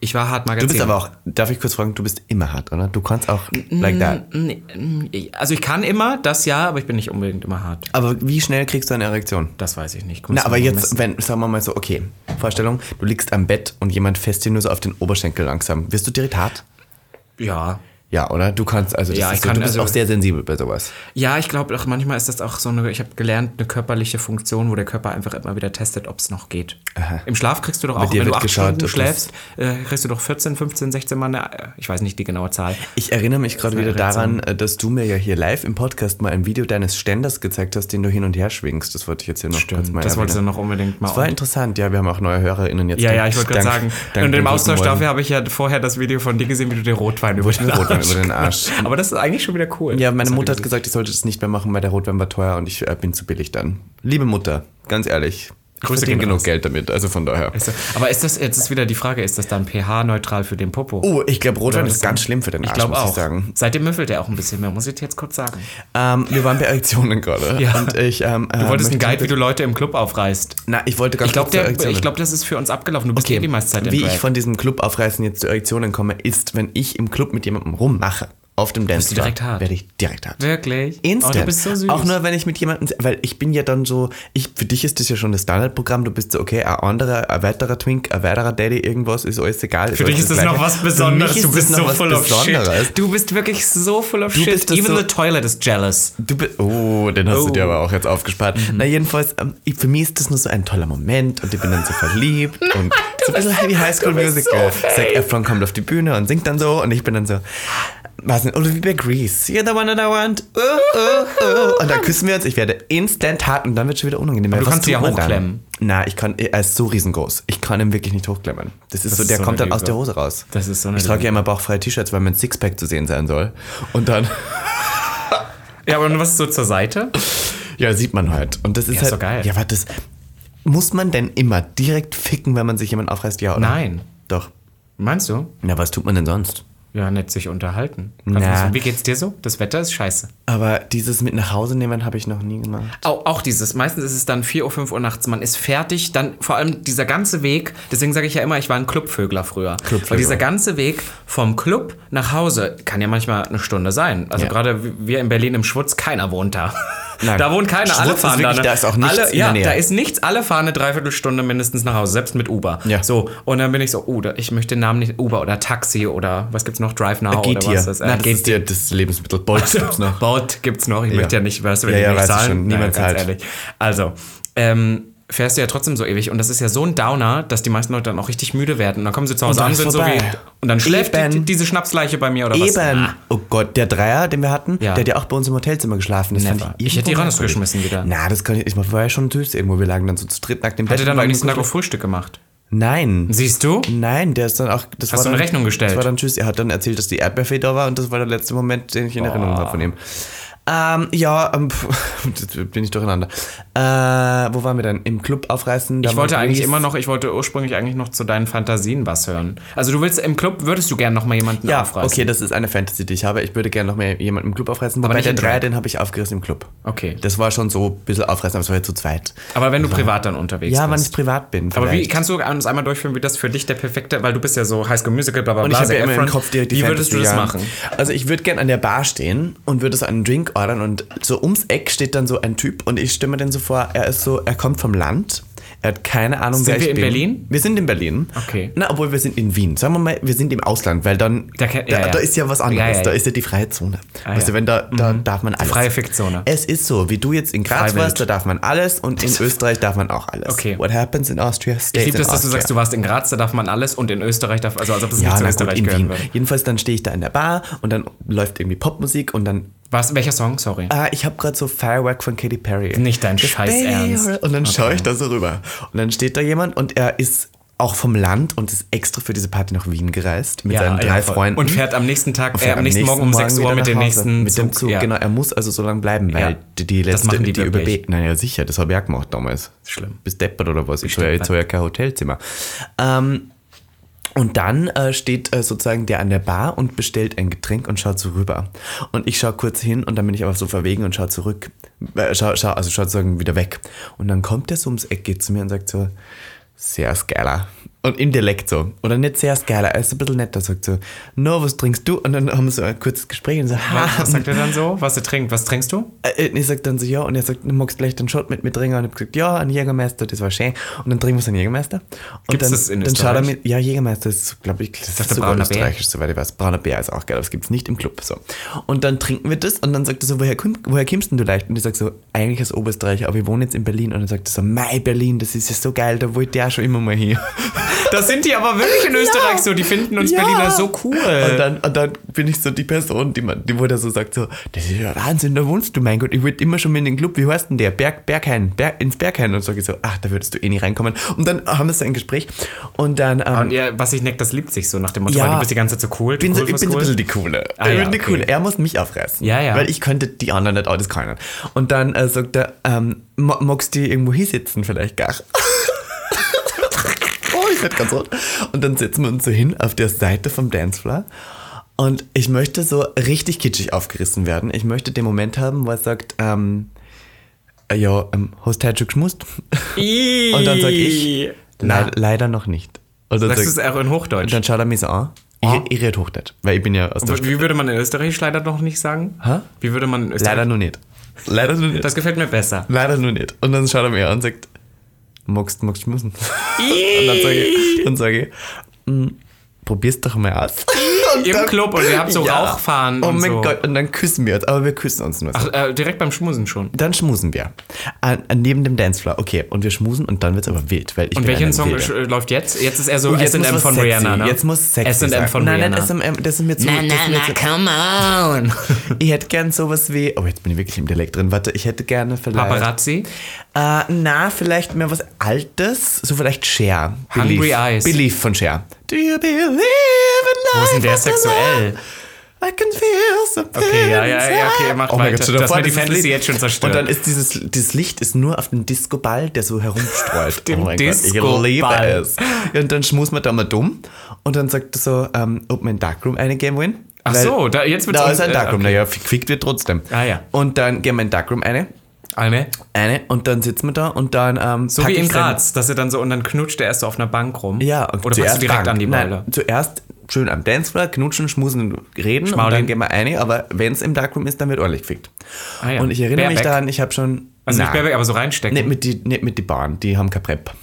A: Ich war hart
B: Du
A: Magazin.
B: bist aber auch, darf ich kurz fragen, du bist immer hart, oder? Du kannst auch like that.
A: Nee, mm, Also ich kann immer, das ja, aber ich bin nicht unbedingt immer hart.
B: Aber wie schnell kriegst du eine Erektion?
A: Das weiß ich nicht.
B: Na, aber jetzt, wenn, sagen wir mal so, okay, Vorstellung, du liegst am Bett und jemand fässt dir nur so auf den Oberschenkel langsam. Wirst du direkt hart?
A: Ja.
B: Ja, oder? Du kannst, also das
A: Ja,
B: ist
A: ich
B: so,
A: kann,
B: du bist
A: also-
B: auch sehr sensibel bei sowas.
A: Ja, ich glaube auch manchmal ist das auch so eine, ich habe gelernt, eine körperliche Funktion, wo der Körper einfach immer wieder testet, ob es noch geht. Im Schlaf kriegst du doch auch, wenn
B: dir
A: du
B: wird
A: acht
B: geschaut, ob
A: Stunden
B: das-
A: schläfst, äh, kriegst du doch 14, 15, 16 Mal eine, äh, ich weiß nicht die genaue Zahl.
B: Ich erinnere mich gerade
A: Das ist
B: wieder
A: eine
B: daran, äh, dass du mir ja hier live im Podcast mal ein Video deines Ständers gezeigt hast, den du hin und her schwingst. Das wollte ich jetzt hier noch kurz
A: Ähm,
B: mal
A: das wolltest du
B: erwähnen.
A: noch unbedingt mal.
B: Das war interessant, ja, wir haben auch neue HörerInnen jetzt.
A: ja, ja,
B: Dank-
A: ich wollte gerade
B: Dank-
A: sagen.
B: Dank
A: und
B: den
A: im
B: guten
A: Austausch
B: Leuten.
A: dafür habe ich ja vorher das Video von dir gesehen, wie du den Rotwein über den,
B: Rotwein
A: Arsch
B: über den Arsch.
A: knallst. Aber das ist eigentlich schon wieder cool.
B: Ja, meine
A: Das
B: Mutter
A: ich
B: hat gesagt, ich sollte das nicht mehr machen, weil der Rotwein war teuer und ich äh, bin zu billig dann. Liebe Mutter, ganz ehrlich, ich
A: Grüße
B: verdiene
A: gehen
B: genug
A: raus.
B: Geld damit, also von daher.
A: Ist das- Aber ist das, jetzt ist wieder die Frage, ist das dann pH-neutral für den Popo?
B: Oh, ich glaube, Rotwein
A: Oder
B: ist
A: was
B: ganz
A: dann?
B: schlimm für den Arsch,
A: glaub
B: muss ich sagen.
A: Seitdem müffelt er auch ein bisschen mehr, muss ich dir jetzt kurz sagen.
B: Ähm, wir waren bei Erektionen gerade.
A: Ja.
B: Und ich, ähm,
A: Du wolltest einen Guide, wie du Leute im Club aufreißt.
B: Na, ich wollte ganz
A: Ich glaube,
B: kurz zur Erektion
A: glaub, das ist für uns abgelaufen. Du bist eh die meiste Zeit im
B: Wie
A: Drag.
B: ich von diesem Club aufreißen jetzt zu Erektionen komme, ist, wenn ich im Club mit jemandem rummache, auf dem Dance
A: direkt hart?
B: werde ich direkt hart.
A: Wirklich?
B: Instant.
A: Oh, du bist so süß.
B: Auch nur, wenn ich mit jemandem, weil ich bin ja dann so, ich, für dich ist das ja schon das Standardprogramm, du bist so, okay, ein anderer, ein weiterer Twink, ein weiterer Daddy, irgendwas, ist alles egal.
A: Für dich ist das noch was Besonderes.
B: Für mich ist
A: Du bist
B: das
A: so
B: noch
A: full
B: was
A: of
B: Besonderes.
A: shit. Du bist wirklich so full of shit.
B: bist das
A: Even
B: so-
A: the toilet is jealous.
B: Du bist, oh, den hast
A: Oh. Mhm.
B: du dir aber auch jetzt aufgespart. Na, jedenfalls, ähm, ich, für mich ist das nur so ein toller Moment und ich bin dann so verliebt und so ein bisschen wie High School
A: du bist
B: Musical.
A: so
B: Zac Efron kommt auf die Bühne und singt dann so und ich bin dann so, was denn, oder wie bei Grease. You're the one that I want. Oh, oh, oh. Und dann küssen wir uns, ich werde instant hart und dann wird schon wieder unangenehm. Aber
A: du kannst ihn ja hochklemmen.
B: Na, ich kann, er ist so riesengroß. Ich kann ihn wirklich nicht hochklemmen. Das ist
A: Das
B: so,
A: ist
B: der
A: so
B: kommt
A: eine
B: dann aus der
A: Lüge.
B: Hose raus.
A: Das ist so eine
B: Ich trage
A: Lüge.
B: ja immer bauchfreie T-Shirts, weil mein Sixpack zu sehen sein soll. Und dann...
A: Ja, aber was so zur Seite?
B: Ja, sieht man halt. Und das
A: Ja,
B: ist halt.
A: ist doch geil.
B: Ja, warte, das. Muss man denn immer direkt ficken, wenn man sich jemand aufreißt? Ja, oder?
A: Nein.
B: Doch.
A: Meinst du?
B: Na, was tut man denn sonst?
A: Ja, nett sich unterhalten.
B: Na.
A: Wie geht's dir so? Das Wetter ist scheiße.
B: Aber dieses mit nach Hause nehmen habe ich noch nie gemacht.
A: Auch, auch dieses. Meistens ist es dann 4 Uhr, 5 Uhr nachts. Man ist fertig. Dann vor allem dieser ganze Weg. Deswegen sage ich ja immer, ich war ein Clubvögler früher.
B: Clubvögel.
A: Weil dieser ganze Weg vom Club nach Hause kann ja manchmal eine Stunde sein. Also
B: Ja.
A: gerade wir in Berlin im Schwutz, keiner wohnt da.
B: Nein.
A: Da wohnt keiner. alle
B: Schwutz ist
A: fahren
B: wirklich-
A: ne?
B: da ist auch nichts
A: alle,
B: in
A: ja,
B: der Nähe.
A: Da ist nichts. Alle fahren eine Dreiviertelstunde mindestens nach Hause, selbst mit Uber.
B: Ja.
A: So. Und dann bin ich so, oh, da- ich möchte den Namen nicht. Uber oder Taxi oder was gibt's noch? Drive Now
B: Geht
A: oder
B: hier.
A: was das, äh,
B: Na, das
A: geht
B: ist dir das Lebensmittel. Bolz gibt's noch.
A: Baut gibt's noch. Ich möchte ja nicht, weißt du, wenn
B: Ja,
A: ja,
B: ja,
A: nicht
B: weiß ich
A: zahlen.
B: schon. halt.
A: ganz
B: Niemand zahlt.
A: Ehrlich. Also, ähm, fährst du ja trotzdem so ewig. Und das ist ja so ein Downer, dass die meisten Leute dann auch richtig müde werden. Und dann kommen sie zu Hause
B: dann
A: an,
B: ist
A: sind so
B: vorbei.
A: wie. Und dann schläft die,
B: Eben.
A: diese Schnapsleiche bei mir oder was?
B: Eben. Oh Gott, der Dreier, den wir hatten,
A: Ja.
B: der hat ja auch bei uns im Hotelzimmer geschlafen. Das
A: Never. Ich hätte die
B: irgendwo
A: rausgeschmissen
B: merkwürdig.
A: wieder.
B: Na, das kann ich. Ich war ja schon süß irgendwo. Wir lagen dann so zu dritt nach dem Bett.
A: Hätte dann
B: und
A: am
B: waren
A: nächsten Tag
B: so-
A: auch Frühstück gemacht.
B: Nein.
A: Siehst du?
B: Nein, der ist dann auch.
A: Hast
B: Das war
A: du
B: dann,
A: eine Rechnung gestellt?
B: Das war dann Tschüss. Er hat dann erzählt, dass die Erdbeerfee da war und das war der letzte Moment, den ich in Erinnerung habe von ihm. Ähm, ja, ähm, pff, jetzt bin ich durcheinander. Äh, wo waren wir denn? Im Club aufreißen? da
A: Ich wollte
B: waren
A: eigentlich
B: Reese.
A: immer noch, ich wollte ursprünglich eigentlich noch zu deinen Fantasien was hören. Also du willst im Club, würdest du gerne noch mal jemanden
B: Ja,
A: aufreißen?
B: okay, das ist eine Fantasy, die ich habe. Ich würde gerne noch mehr jemanden im Club aufreißen. Wobei
A: nicht
B: der
A: im
B: Dreier,
A: Club.
B: den habe ich aufgerissen im Club.
A: Okay.
B: Das war schon so ein bisschen aufreißen, aber es war ja zu zweit.
A: Aber wenn du privat dann unterwegs
B: Ja, wenn ich
A: bist.
B: privat bin.
A: Aber wie
B: vielleicht.
A: kannst du uns einmal durchführen, wie das für dich der perfekte, weil du bist ja so High School Musical, bla bla
B: Und
A: bla.
B: ich habe
A: Zac
B: ja immer im
A: Efron.
B: Kopf direkt die
A: Wie würdest du
B: Fantasy,
A: das
B: ja.
A: machen?
B: Also ich würde gern an der Bar stehen und würde so einen Drink ordern und so ums Eck steht dann so ein Typ und ich stimme den so vor, er ist so, er kommt vom Land, er hat keine Ahnung,
A: Sind
B: wer
A: wir
B: ich
A: in
B: bin.
A: Berlin?
B: Wir sind in Berlin.
A: Okay.
B: Na, obwohl wir sind in Wien. Sagen wir mal, wir sind im Ausland, weil dann,
A: Da
B: da,
A: kann- ja, ja.
B: da, ist ja was anderes,
A: Ja, ja, ja.
B: da ist ja die freie Zone.
A: Ah,
B: weißt
A: ja.
B: du, wenn da, da darf man alles.
A: Freie Fiktzone.
B: Es ist so, wie du jetzt in Graz
A: Freiwild.
B: warst, da darf man alles und in Österreich darf man auch alles.
A: Okay.
B: What happens in Austria stays
A: Ich liebe
B: in
A: das, dass du
B: Austria.
A: sagst, du warst in Graz, da darf man alles und in Österreich darf, also als ob das nicht
B: Ja,
A: zu
B: na gut,
A: Österreich
B: in Wien.
A: gehören würde.
B: Jedenfalls dann stehe ich da in der Bar und dann läuft irgendwie Popmusik und dann,
A: Was, welcher Song? Sorry.
B: ah, ich habe gerade so Firework von Katy Perry.
A: Nicht dein Scheiß Ernst.
B: Und dann schaue ich da so rüber. Und dann steht da jemand und er ist auch vom Land und ist extra für diese Party nach Wien gereist mit seinen drei
A: voll.
B: Freunden.
A: Und fährt am nächsten Tag,
B: Und
A: äh,
B: fährt
A: am nächsten Morgen um 6 Uhr
B: wieder
A: mit dem
B: nach Hause.
A: nächsten
B: mit dem Zug.
A: Ja.
B: Genau, er muss also so lange bleiben, weil
A: Ja.
B: die, die
A: Das
B: letzte,
A: machen die wirklich.
B: ÖBB, naja sicher, das habe ich auch gemacht damals.
A: Schlimm. ne?
B: Bis deppert oder was, ich habe ja
A: deppert.
B: jetzt hab ich ja kein Hotelzimmer. Ähm, und dann äh, steht äh, sozusagen der an der Bar und bestellt ein Getränk und schaut so rüber. Und ich schaue kurz hin und dann bin ich aber so verwegen und schaue zurück. Äh, schau, schau, also schaut sozusagen wieder weg. Und dann kommt der so ums Eck, geht zu mir und sagt so, sehr geiler. Und im Dialekt so. Oder nicht sehr geiler, er ist ein bisschen netter, sagt so, no, was trinkst du? Und dann haben wir so ein kurzes Gespräch und so, ha,
A: Was sagt er dann so? Was er trinkt? Was trinkst du?
B: äh, Und ich sag dann so, ja, und er sagt, du magst gleich einen Shot mit mir trinken. Und ich hab gesagt, ja, einen Jägermeister, das war schön. Und dann trinken wir so einen Jägermeister. Und
A: Gibt's
B: dann,
A: das in
B: dann schaut er
A: Österreich?
B: mit, ja, Jägermeister ist, glaube ich, das
A: das
B: ist
A: der
B: sogar
A: Brauner Bär?
B: österreichisch, soweit ich weiß. Brauner Bär ist auch geil, aber das gibt's nicht im Club. So. Und dann trinken wir das und dann sagt er so, woher, komm, woher kommst denn du leicht? Und ich sag so, eigentlich aus Oberösterreich, aber ich wohne jetzt in Berlin. Und er sagt so, mein Berlin, das ist ja so geil, da wollte der schon immer mal hier.
A: Das sind die aber wirklich in Österreich so. Die finden uns
B: Ja.
A: Berliner so cool.
B: Und dann, und dann bin ich so die Person, die, man, die wo der so sagt, so, das ist ja Wahnsinn, da wohnst du, mein Gott, ich wollte immer schon mal in den Club, wie heißt denn der? Berg, Berghain, Berg, ins Berghain. Und sage ich so, ach, da würdest du eh nie reinkommen. Und dann haben wir so ein Gespräch und dann... Ähm,
A: Und ihr, was ich neckt, das liebt sich so nach dem Motto,
B: Ja.
A: weil du bist die ganze Zeit so cool. du
B: bin
A: cool
B: so, ich
A: was
B: bin
A: cool.
B: ein bisschen die Coole.
A: Ah,
B: ich
A: ja,
B: bin die
A: okay.
B: Coole. Er muss mich auffressen.
A: Ja, ja.
B: Weil ich könnte die anderen nicht alles können. Und dann äh, sagt er, ähm, ma- magst du irgendwo hinsitzen vielleicht gar? oh, ich werd ganz rot. Und dann setzen wir uns so hin auf der Seite vom Dancefloor. Und ich möchte so richtig kitschig aufgerissen werden. Ich möchte den Moment haben, wo er sagt, ähm, äh, ja, ähm, hast du heute schon geschmust? Und dann sag ich,
A: Na.
B: "Leid- leider noch nicht. Und dann
A: Sagst du
B: sag-
A: es auch in Hochdeutsch?
B: und dann schaut er mich so an. Ich, ich rede Hochdeutsch, weil ich bin ja aus der Stadt.
A: Wie würde man in Österreich leider noch nicht sagen?
B: Hä?
A: Wie würde man in Österreich?
B: Leider nur nicht. Leider nur nicht.
A: Das gefällt mir besser.
B: Leider nur nicht. Und dann schaut er mich an und sagt, magst, magst schmusen. und dann sage ich, dann sag ich "Mm, probier's doch mal aus. Und
A: Im Club und wir haben so Rauchfahnen
B: Oh
A: und
B: mein
A: so.
B: Gott, und dann küssen wir uns. Aber wir küssen uns nur. so.
A: Ach, äh, direkt beim Schmusen schon.
B: Dann schmusen wir. An, an, neben dem Dancefloor. Okay, und wir schmusen und dann wird's aber wild. Weil ich
A: Und
B: bin
A: welchen
B: eine
A: Song
B: Wilde.
A: sch- äh, läuft jetzt? Jetzt ist er so
B: Oh, jetzt muss
A: SM
B: was
A: von
B: sexy.
A: Rihanna, ne?
B: Jetzt muss sexy
A: SM
B: sein.
A: von
B: nein,
A: Rihanna.
B: Nein, SM, das ist mir zu... das ist mir zu
A: come on.
B: Ich hätte gern sowas wie. Oh, jetzt bin ich wirklich im Dialekt drin. Warte, ich hätte gerne vielleicht.
A: Paparazzi?
B: Äh, na, vielleicht mehr was Altes. So vielleicht Cher.
A: Hungry Eyes.
B: Believe von Cher. Do you believe in life?
A: Wo ist denn der
B: after
A: sexuell?
B: love? I can feel something.
A: Okay, ja, ja, ja, okay, mach
B: Oh mein
A: weiter.
B: Gott, stell dir
A: Du hast
B: vor,
A: mir die
B: dieses
A: Fantasy
B: Lied-
A: jetzt schon zerstört.
B: Und dann ist dieses, dieses Licht ist nur auf dem Disco-Ball, der so herumstreut. Oh
A: dem
B: ich liebe
A: Disco-Ball.
B: es. Und dann schmust man da mal dumm und dann sagt er so, ähm, ob mein Darkroom eine Game Win?
A: Ach so, da- jetzt wird's
B: Da
A: un-
B: ist ein
A: äh,
B: Darkroom,
A: okay.
B: naja, gefickt wird trotzdem.
A: Ah, ja.
B: Und dann gehen wir in Darkroom eine,
A: Eine?
B: eine und dann sitzen wir da und dann ähm,
A: So
B: pack
A: wie in
B: ich seinen-
A: Graz, dass er dann so und dann knutscht er erst so auf einer Bank rum.
B: ja, und
A: Oder packst du direkt
B: Frank.
A: an die Beule?
B: Nein, zuerst schön am Dancefloor, knutschen, schmusen, reden und
A: Schmaudeln.
B: dann gehen wir eine, aber wenn es im Darkroom ist, dann wird ordentlich gefickt.
A: Ah, ja.
B: Und ich erinnere mich
A: Baerbeck.
B: daran, ich habe schon.
A: Also nicht
B: Nein.
A: Baerbeck, aber so reinstecken.
B: Nicht mit, die, nicht mit die Bahn, die haben kein Prep.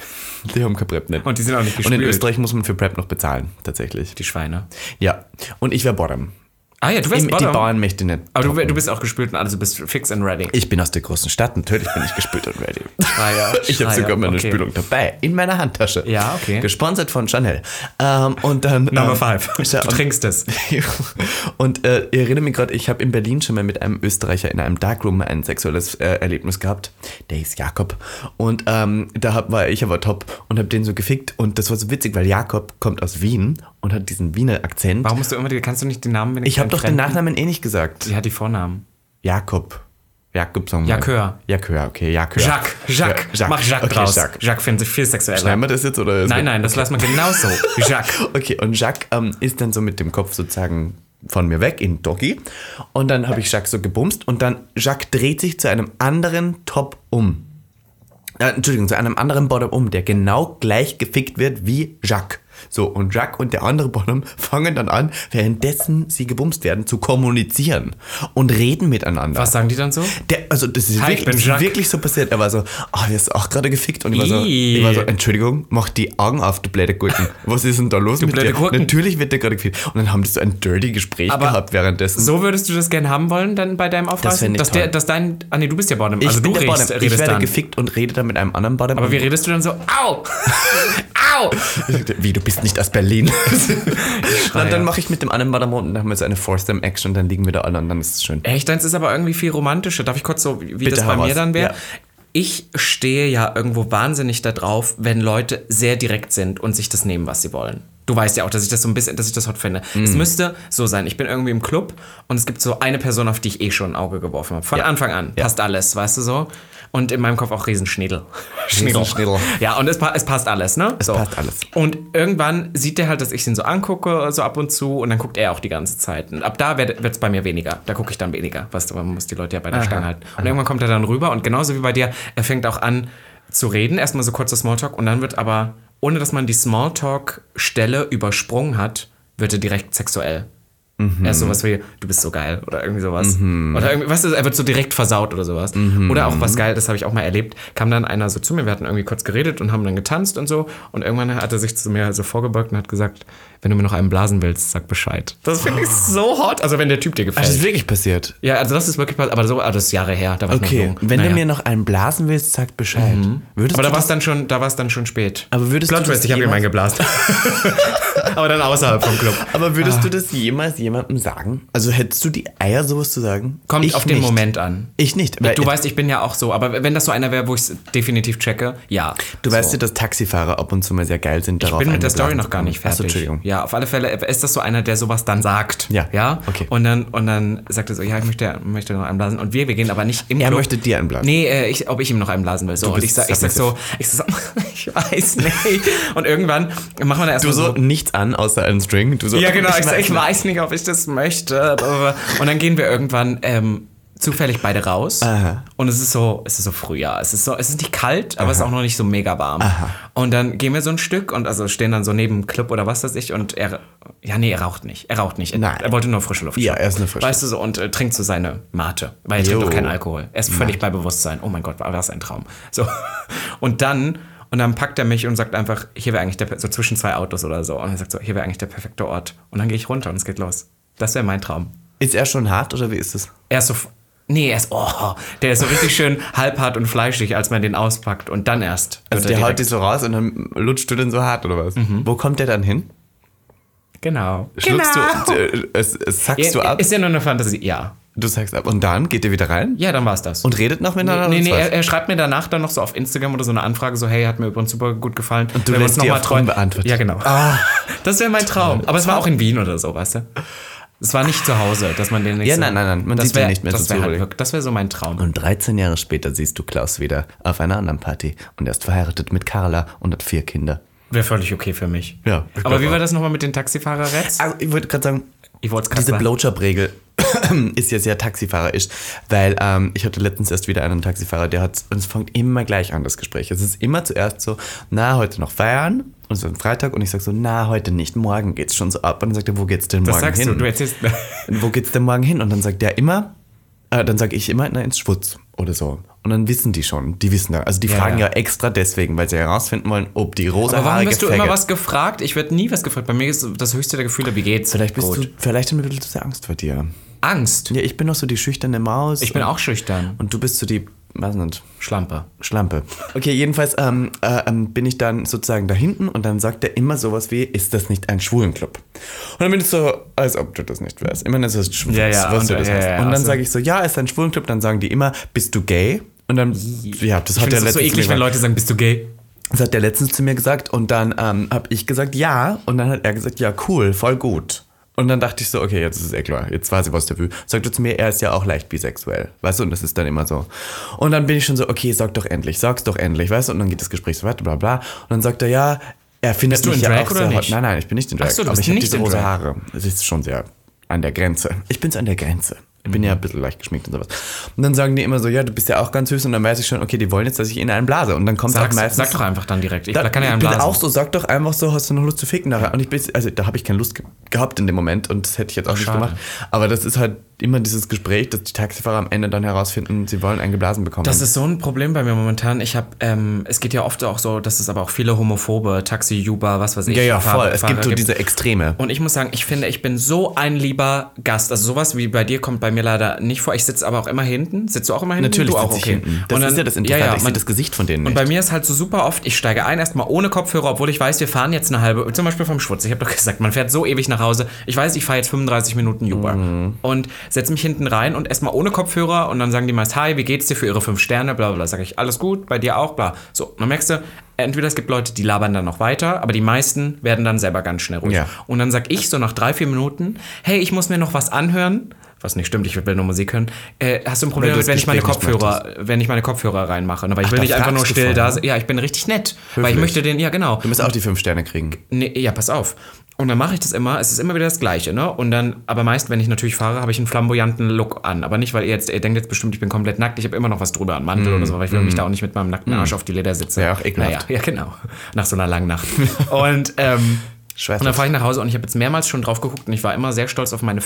B: Die haben kein Prep nicht.
A: Und die sind auch nicht
B: Und in
A: gespült.
B: Österreich muss man für Prep noch bezahlen, tatsächlich.
A: Die Schweine.
B: Ja. Und ich wäre Bottom.
A: Ah ja, du
B: Im,
A: bist
B: die
A: Bottom.
B: Bahn möchte ich nicht.
A: Aber du, du bist auch gespült und alles, du bist fix and ready.
B: ich bin aus der großen Stadt, natürlich bin ich gespült und ready.
A: Schreier,
B: Ich habe
A: Schreier,
B: sogar meine
A: ah okay.
B: Spülung dabei, in meiner Handtasche.
A: Ja, okay.
B: Gesponsert von Chanel. Ähm, und dann.
A: Number
B: ähm,
A: five.
B: scha-
A: Du trinkst es.
B: Und äh, ich erinnere mich gerade, ich habe in Berlin schon mal mit einem Österreicher in einem Darkroom ein sexuelles äh, Erlebnis gehabt. Der hieß Jakob. Und ähm, da hab, war ich aber top und habe den so gefickt. Und das war so witzig, weil Jakob kommt aus Wien und hat diesen Wiener Akzent.
A: Warum musst du immer, die- kannst du nicht den Namen
B: Ich habe doch den
A: Nachnamen.
B: Nachnamen eh nicht gesagt.
A: Die hat die Vornamen.
B: Jakob. Jakob Songmann.
A: Jakör.
B: Jakör, okay, Jakör.
A: Jacques, Jacques,
B: Ja,
A: mach Jacques
B: okay,
A: draus. Jacques,
B: Jacques.
A: findet sich viel sexueller.
B: Schreiben wir das jetzt oder? ist-
A: nein, nein, das lassen wir genauso. Jacques.
B: Okay, und Jacques ähm, ist dann so mit dem Kopf sozusagen von mir weg in Doggy. Und dann habe ich Jacques so gebumst und dann Jacques dreht sich zu einem anderen Top um. Äh, Entschuldigung, zu einem anderen Bottom um, der genau gleich gefickt wird wie Jacques. So, und Jacques und der andere Bottom fangen dann an, währenddessen sie gebumst werden, zu kommunizieren und reden miteinander.
A: Was sagen die dann so?
B: Der, also das ist,
A: Hi, ich
B: wirklich,
A: bin
B: das ist
A: Jacques.
B: wirklich so passiert. Er war so, ah, oh, wir sind auch gerade gefickt. Und ich war, so,
A: Ih.
B: ich war so, Entschuldigung, mach die Augen auf, du blöde Gurken. Was ist denn da los mit
A: blöde
B: dir?
A: Gurken.
B: Natürlich wird der gerade gefickt. Und dann haben die so ein dirty Gespräch
A: Aber
B: gehabt währenddessen.
A: So würdest du das gern haben wollen, dann bei deinem Aufreißen?
B: fänd ich
A: dass,
B: toll.
A: der, dass dein. Ah, nee, du bist ja Bottom. also du
B: bin der
A: redest,
B: Bottom. Ich
A: redest
B: werde
A: dann.
B: gefickt und rede dann mit einem anderen Bottom.
A: Aber wie redest du dann so? Au! Au!
B: Ich sagte, Wie, du bist nicht aus Berlin? dann dann mache ich mit dem anderen Bottom und dann haben wir so eine Force-Them-Action und dann liegen wir da alle und dann ist es schön.
A: Echt, deins ist aber irgendwie viel romantischer. Darf ich kurz so, wie
B: Bitte
A: das bei
B: hau
A: mir
B: raus.
A: dann wäre?
B: Ja.
A: Ich stehe ja irgendwo wahnsinnig darauf, wenn Leute sehr direkt sind und sich das nehmen, was sie wollen. Du weißt ja auch, dass ich das so ein bisschen, dass ich das hot finde. Es
B: Mhm.
A: müsste so sein. Ich bin irgendwie im Club und es gibt so eine Person, auf die ich eh schon ein Auge geworfen habe. Von
B: Ja.
A: Anfang an.
B: Ja.
A: Passt alles, weißt du so? Und in meinem Kopf auch Riesenschnädel.
B: Riesenschnädel.
A: Ja, und es, pa- es passt alles, ne? Es
B: passt alles.
A: Und irgendwann sieht er halt, dass ich ihn so angucke, so ab und zu, und dann guckt er auch die ganze Zeit. Und ab da wird es bei mir weniger. Da gucke ich dann weniger. Weißt du, man muss die Leute ja bei der Stange halten. Und irgendwann kommt er dann rüber und genauso wie bei dir, er fängt auch an zu reden, erstmal so kurzer Smalltalk und dann wird aber, ohne dass man die Smalltalk-Stelle übersprungen hat, wird er direkt sexuell.
B: Mhm.
A: Er ist sowas wie, du bist so geil oder irgendwie sowas. Oder irgendwie, weißt du, er wird so direkt versaut oder sowas.
B: Mhm.
A: Oder auch was geil, das habe ich auch mal erlebt, kam dann einer so zu mir, wir hatten irgendwie kurz geredet und haben dann getanzt und so. Und irgendwann hat er sich zu mir so vorgebeugt und hat gesagt, wenn du mir noch einen blasen willst, sag Bescheid. Das finde ich
B: Oh.
A: so hot. Also wenn der Typ dir gefällt.
B: wirklich passiert.
A: ja, also das ist wirklich, pass- aber so, ah, das ist Jahre her, da war ich noch
B: Okay,
A: jung.
B: wenn
A: Naja. Mhm.
B: du mir noch einen blasen willst, sag Bescheid. Würdest
A: aber da
B: du
A: war es dann schon, da war es dann schon spät.
B: Aber würdest du
A: Plot Twist,
B: das
A: ich habe ihm
B: jemals-
A: einen geblasen. aber dann außerhalb vom Club.
B: Aber würdest
A: Ah.
B: du das jemals jemandem sagen? Also hättest du die Eier, sowas zu sagen?
A: Kommt
B: Ich
A: auf den
B: nicht.
A: Moment an.
B: Ich nicht. Weil
A: Du weißt, ich bin ja auch so, aber wenn das so einer wäre, wo ich es definitiv checke, ja.
B: du
A: so.
B: weißt ja, dass Taxifahrer ab und zu mal sehr geil sind darauf.
A: ich bin mit der Story
B: eingeblasen
A: noch gar
B: zu
A: nicht
B: kommen.
A: fertig.
B: Achso, Entschuldigung.
A: Ja, auf alle Fälle ist das so einer, der sowas dann sagt.
B: Ja.
A: Ja.
B: Okay.
A: Und dann, und dann sagt er so, ja, ich möchte, möchte noch einen blasen. Und wir, wir gehen aber nicht im
B: Er
A: Club.
B: möchte dir einen blasen.
A: Nee, äh, ich, ob ich ihm noch einen blasen will. So. Und
B: bist
A: ich sag, ich sag so, ich, sag, so, ich weiß nicht. Und irgendwann machen wir da
B: Du
A: erstmal
B: so nichts an, außer einen String. Du so,
A: ja, genau. Ich,
B: weiß
A: sag, ich
B: nicht.
A: weiß nicht, ob ich das möchte. Und dann gehen wir irgendwann ähm, zufällig beide raus. Und es ist so, es ist so Frühjahr. Es ist so, es ist nicht kalt, aber es ist auch noch nicht so mega warm. Und dann gehen wir so ein Stück und also stehen dann so neben dem Club oder was weiß ich. Und er, ja, nee, er raucht nicht. Er raucht nicht. Er,
B: Nein.
A: er wollte nur frische Luft.
B: Ja,
A: schnappen.
B: er ist nur frisch.
A: Weißt du so und äh, trinkt so seine Mate, weil er
B: Jo.
A: trinkt auch keinen Alkohol. Er ist völlig bei Bewusstsein. Oh mein Gott, war das ein Traum. So und dann und dann packt er mich und sagt einfach, hier wäre eigentlich der per- so zwischen zwei Autos oder so und er sagt so, hier wäre eigentlich der perfekte Ort und dann gehe ich runter und es geht los. Das wäre mein Traum.
B: Ist er schon hart oder wie ist es?
A: Er ist so f- Nee, er ist, oh, der ist so richtig schön halbhart und fleischig, als man den auspackt. Und dann erst. wird
B: Also
A: er
B: der haut
A: direkt- Mhm.
B: die so raus und dann lutscht du den so hart oder was? Wo kommt der dann hin?
A: Genau.
B: Schluckst
A: genau.
B: du, äh, es, es sackst du
A: Ja,
B: ab,
A: Ist ja nur eine Fantasie. Ja.
B: du sackst ab und dann geht der wieder rein
A: Ja, dann war es das.
B: und redet noch miteinander?
A: Nee,
B: und
A: nee,
B: was?
A: er, er schreibt mir danach dann noch so auf Instagram oder so eine Anfrage, so, hey, hat mir übrigens super gut gefallen. Und
B: du
A: Wenn wir uns
B: lässt
A: noch
B: die
A: mal
B: auf
A: treu-
B: unbeantwortet. Ah.
A: Ja, genau. das wäre mein Traum. Aber es war auch in Wien oder so, weißt du? Es war nicht zu Hause, dass man den nicht
B: Ja,
A: so,
B: nein, nein, nein, man
A: das
B: sieht ihn
A: wär-
B: nicht mehr
A: Das
B: so
A: wäre halt
B: zufällig.
A: wirklich- das wär so mein Traum.
B: Und 13 Jahre später siehst du Klaus wieder auf einer anderen Party und er ist verheiratet mit Carla und hat vier Kinder.
A: Wäre völlig okay für mich.
B: Ja, ich
A: Aber
B: glaub
A: wie war
B: auch.
A: das nochmal mit den Taxifahrer-Reds?
B: Also ich wollte gerade sagen,
A: Ich wollte es gerade
B: diese
A: sagen.
B: Blowjob-Regel ist ja sehr taxifahrerisch, weil ähm, ich hatte letztens erst wieder einen Taxifahrer, der hat, und es fängt immer gleich an, das Gespräch. Es ist immer zuerst so, na, heute noch feiern, und es ist am Freitag, und ich sag so, na, heute nicht, morgen geht's schon so ab. Und dann sagt er, wo geht's denn
A: Das
B: morgen
A: sagst
B: hin?
A: du, du erzählst.
B: Und wo geht's denn morgen hin? Und dann sagt der immer, äh, dann sage ich immer, na, ins Schwutz oder so. Und dann wissen die schon, die wissen da. Also die
A: Ja,
B: fragen
A: ja.
B: ja. extra deswegen, weil sie herausfinden wollen, ob die rosa
A: Aber
B: Haare
A: warum wirst du immer
B: gefaggot-
A: was gefragt? Ich werde nie was gefragt. Bei mir ist das höchste der Gefühle, wie geht's?
B: Vielleicht bist
A: Gut.
B: du, vielleicht haben wir ein bisschen zu sehr Angst vor dir.
A: Angst.
B: Ja, ich bin noch so die schüchterne Maus.
A: Ich bin
B: und-
A: auch schüchtern.
B: Und du bist so die, weiß nicht,
A: Schlampe.
B: Schlampe. Okay, jedenfalls ähm, äh, ähm, bin ich dann sozusagen da hinten und dann sagt er immer sowas wie, ist das nicht ein Schwulenclub? Und dann bin ich so, als ob du das nicht wärst. Ich meine, das ist schwul,
A: Ja, ja,
B: was
A: und-
B: du das
A: ja,
B: heißt.
A: ja, ja,
B: Und dann
A: also-
B: sage ich so, ja, ist ein Schwulenclub. Dann sagen die immer, bist du gay? Und dann, ja, das
A: Ich
B: hat
A: finde
B: der
A: es so
B: letztens
A: eklig,
B: zu mir
A: wenn Leute sagen, bist du gay?
B: das hat der letztens zu mir gesagt und dann ähm, habe ich gesagt, ja. Und dann hat er gesagt, ja, cool, voll gut. Und dann dachte ich so, okay, jetzt ist es eh klar, jetzt war sie was dafür. Sagte zu mir, er ist ja auch leicht bisexuell, weißt du, und das ist dann immer so. Und dann bin ich schon so, okay, sag doch endlich, sag's doch endlich, weißt du, und dann geht das Gespräch so weiter, bla bla. Und dann sagt er, ja, er findet
A: du
B: mich
A: in
B: ja
A: Drag
B: auch
A: oder
B: sehr hot.
A: nicht?
B: Nein, nein, ich bin nicht in Drag,
A: Ach so, du
B: aber
A: bist
B: ich habe
A: nicht
B: diese
A: in
B: rosa
A: Drag.
B: Haare. Das ist schon sehr an der Grenze. Ich bin's an der Grenze. Ich bin ja ein bisschen leicht geschminkt und sowas. Und dann sagen die immer so, ja, du bist ja auch ganz süß und dann weiß ich schon, okay, die wollen jetzt, dass ich ihnen einen blase. Und dann kommt auch
A: Sag's,
B: meistens...
A: sag doch einfach dann direkt. Ich
B: Da,
A: kann ja einen
B: ich bin
A: blasen.
B: auch so, sag doch einfach so, hast du noch Lust zu ficken nachher? Und ich bin, also da habe ich keine Lust ge gehabt in dem Moment und das hätte ich jetzt auch nicht
A: schade.
B: gemacht. Aber das ist halt immer dieses Gespräch, dass die Taxifahrer am Ende dann herausfinden, sie wollen einen geblasen bekommen.
A: Das ist so ein Problem bei mir momentan. Ich habe, ähm, es geht ja oft auch so, dass es aber auch viele homophobe Taxi, Uber, was weiß ich.
B: ja, ja,
A: Fahr-
B: voll. Es
A: Fahrer
B: gibt so diese Extreme.
A: Und ich muss sagen, ich finde, ich bin so ein lieber Gast. Also sowas wie bei dir kommt bei mir leider nicht vor. Ich sitze aber auch immer hinten. Sitzt du auch immer hinten? du auch,
B: sitze ich hinten. Das
A: Und
B: ist
A: dann-
B: ja das Interessante. ich sehe
A: man-
B: das Gesicht von denen
A: und
B: nicht.
A: bei mir ist halt so super oft, ich steige ein, erstmal ohne Kopfhörer, obwohl ich weiß, wir fahren jetzt eine halbe, zum Beispiel vom Schwutz. Ich habe doch gesagt, man fährt so ewig nach Hause. Ich weiß, ich fahre jetzt 35 Minuten Uber.
B: Mhm.
A: Und setze mich hinten rein und erstmal ohne Kopfhörer und dann sagen die meist, hi, wie geht's dir für ihre fünf Sterne, bla bla, bla. Sag ich, alles gut, bei dir auch, bla. So, dann merkst du, entweder es gibt Leute, die labern dann noch weiter, aber die meisten werden dann selber ganz schnell ruhig.
B: Ja.
A: Und dann sag ich so nach drei, vier Minuten, hey, ich muss mir noch was anhören. Was nicht stimmt, ich will nur Musik hören. Äh, hast du ein Problem
B: Weil
A: damit,
B: du das
A: wenn ich meine
B: Gespräch nicht
A: Kopfhörer, wenn ich meine Kopfhörer reinmache? Ne? Weil ich
B: da
A: will nicht einfach nur
B: fragst du
A: still
B: vorher.
A: da sein. Ja, ich bin richtig nett. Weil ich
B: Höflich.
A: möchte den, ja genau.
B: Du musst auch die fünf Sterne kriegen.
A: Nee, ja, pass auf. Und dann mache ich das immer, es ist immer wieder das Gleiche, ne? Und dann, aber meist, wenn ich natürlich fahre, habe ich einen flamboyanten Look an. Aber nicht, weil ihr jetzt, ihr denkt jetzt bestimmt, ich bin komplett nackt, ich habe immer noch was drüber an Mantel oder so, weil ich will mich da auch nicht mit meinem nackten Arsch auf die Leder sitzen.
B: Wäre auch ekelhaft.
A: Naja, Mhm. ja, genau. Nach so einer langen Nacht. und, ähm,
B: Ich weiß
A: und dann
B: nicht.
A: fahre ich nach Hause und ich habe jetzt mehrmals schon drauf geguckt und ich war immer sehr stolz auf meine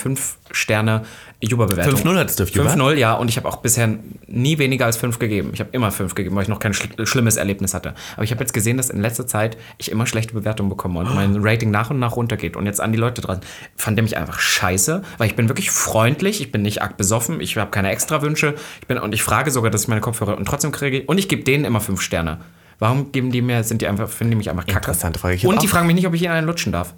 A: 5-Sterne-Juba-Bewertung.
B: 5-0 hattest du auf Juba?
A: 5-0, ja. Und ich habe auch bisher nie weniger als 5 gegeben. Ich habe immer 5 gegeben, weil ich noch kein schl schlimmes Erlebnis hatte. Aber ich habe jetzt gesehen, dass in letzter Zeit ich immer schlechte Bewertungen bekomme und mein Rating nach und nach runtergeht. Und jetzt an die Leute dran. Fand der mich einfach scheiße, weil ich bin wirklich freundlich, ich bin nicht arg besoffen, ich habe keine Extrawünsche. Ich bin, und ich frage sogar, dass ich meine Kopfhörer und trotzdem kriege. Und ich gebe denen immer 5 Sterne. Warum geben die mir, sind die einfach, finden die mich einfach kacke?
B: Interessante Frage. Ich hab
A: Und die
B: auch-
A: fragen mich nicht, ob ich ihnen einen lutschen darf.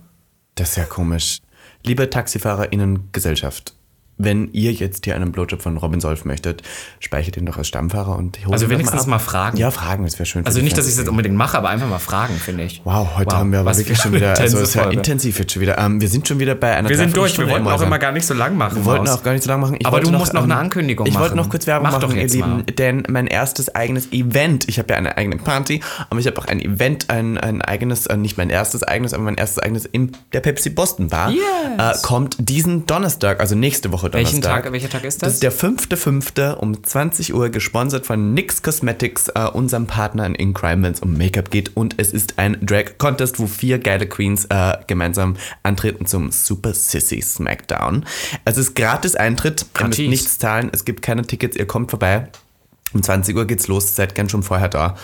B: Das ist ja komisch. Liebe TaxifahrerInnen Gesellschaft, wenn ihr jetzt hier einen Blowjob von Robin Solf möchtet, speichert ihn doch als Stammfahrer und holt
A: Also
B: ihn doch
A: wenigstens
B: ab.
A: mal fragen.
B: Ja, fragen, das wäre schön. für
A: Also
B: die
A: nicht, dass ich es
B: Fans.
A: jetzt unbedingt mache, aber einfach mal fragen, finde ich.
B: Wow, heute haben wir aber
A: was
B: wirklich
A: für
B: schon wieder, also es ist ja
A: Folge.
B: intensiv jetzt schon wieder. Ähm, wir sind schon wieder bei einer
A: Wir sind durch, wir
B: Dreiviertelstunde
A: wollten auch
B: sein.
A: immer gar nicht so lang machen.
B: Wir wollten
A: Maus.
B: auch gar nicht so lange machen. Ich
A: Aber
B: wollte ähm,
A: du musst noch eine Ankündigung
B: Ich wollte
A: machen.
B: noch kurz Werbung
A: Mach doch
B: machen, ihr
A: jetzt
B: Lieben,
A: mal.
B: denn mein erstes eigenes Event, ich habe ja eine eigene Party, aber ich habe auch ein Event, ein, ein eigenes, äh, nicht mein erstes eigenes, aber mein erstes eigenes in der Pepsi Boston Bar,
A: Yes.
B: äh, kommt diesen Donnerstag, also nächste Woche
A: Welchen
B: Donnerstag.
A: Tag- welcher Tag ist
B: Das
A: das?
B: ist der 5.5. um 20 Uhr, gesponsert von NYX Cosmetics, äh, unserem Partner in InCrime, wenn es um Make-up geht. Und es ist ein Drag-Contest, wo vier geile Queens äh, gemeinsam antreten zum Super Sissy Smackdown. Es ist gratis Eintritt, ihr müsst
A: Gratis.
B: nichts zahlen, es gibt keine Tickets, ihr kommt vorbei. Um 20 Uhr geht's los, seid gern schon vorher da.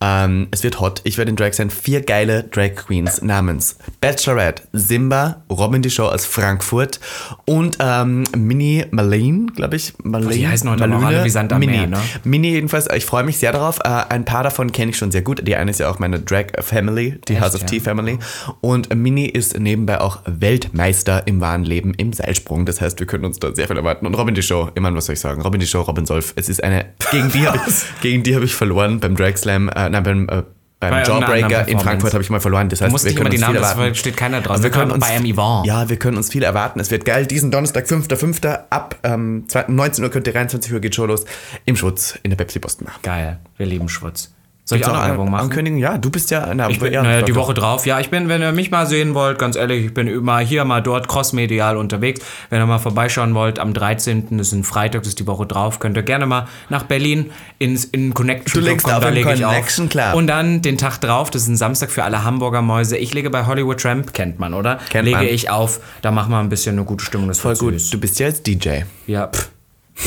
B: Ähm, es wird hot. Ich werde in Drag sein. Vier geile Drag Queens namens Bachelorette, Simba, Robin die Show aus Frankfurt und ähm, Mini Marlene, glaube ich. Marlene,
A: die heißen heute aber auch
B: Malune,
A: alle wie Sand am
B: Mini.
A: Meer, ne?
B: Mini jedenfalls. Ich freue mich sehr darauf. Äh, ein paar davon kenne ich schon sehr gut. Die eine ist ja auch meine Drag Family, die House of
A: ja?
B: Tea Family. Und Mini ist nebenbei auch Weltmeister im wahren Leben im Seilsprung. Das heißt, wir können uns da sehr viel erwarten. Und Robin die Show, immerhin, was soll ich sagen? Robin die Show, Robin Solf. Es ist eine. Gegen die habe ich, gegen die hab ich verloren beim Drag Slam, äh, nein, beim, äh, beim
A: Bei irgendeiner
B: Jawbreaker
A: anderen
B: in Frankfurt habe ich mal verloren. Das heißt,
A: musst
B: wir
A: nicht
B: können
A: immer die
B: uns viel
A: Namen, das
B: erwarten.
A: steht keiner drauf.
B: Aber
A: Wir
B: Wir können
A: können
B: uns,
A: bei einem Yvonne.
B: Ja, wir können uns viel erwarten. Es wird geil. Diesen Donnerstag, 5.5. ab ähm, 2 19 Uhr könnt ihr rein, 20 Uhr geht Show los. Im Schutz in der Pepsi Boston.
A: Geil, wir lieben Schwutz. Soll ich
B: Gibt's
A: auch noch
B: An-
A: Werbung machen?
B: Ankündigung? Ja, du bist ja. Na,
A: Ich bin, naja, die Woche drauf. Ja, ich bin, wenn ihr mich mal sehen wollt, ganz ehrlich, ich bin mal hier, mal dort, crossmedial unterwegs. Wenn ihr mal vorbeischauen wollt, am 13. ist ein Freitag, das ist die Woche drauf, könnt ihr gerne mal nach Berlin ins in Connection
B: Du legst
A: kommen,
B: auf
A: da
B: im
A: lege ich
B: Connection
A: auf.
B: Club.
A: Und dann den Tag drauf, das ist ein Samstag für alle Hamburger Mäuse. Ich lege bei Hollywood Tramp, kennt man, oder?
B: Kennt
A: lege
B: man.
A: ich auf, da machen wir ein bisschen eine gute Stimmung, das
B: Voll
A: wird
B: gut.
A: süß.
B: Du bist ja als DJ.
A: Ja, pff.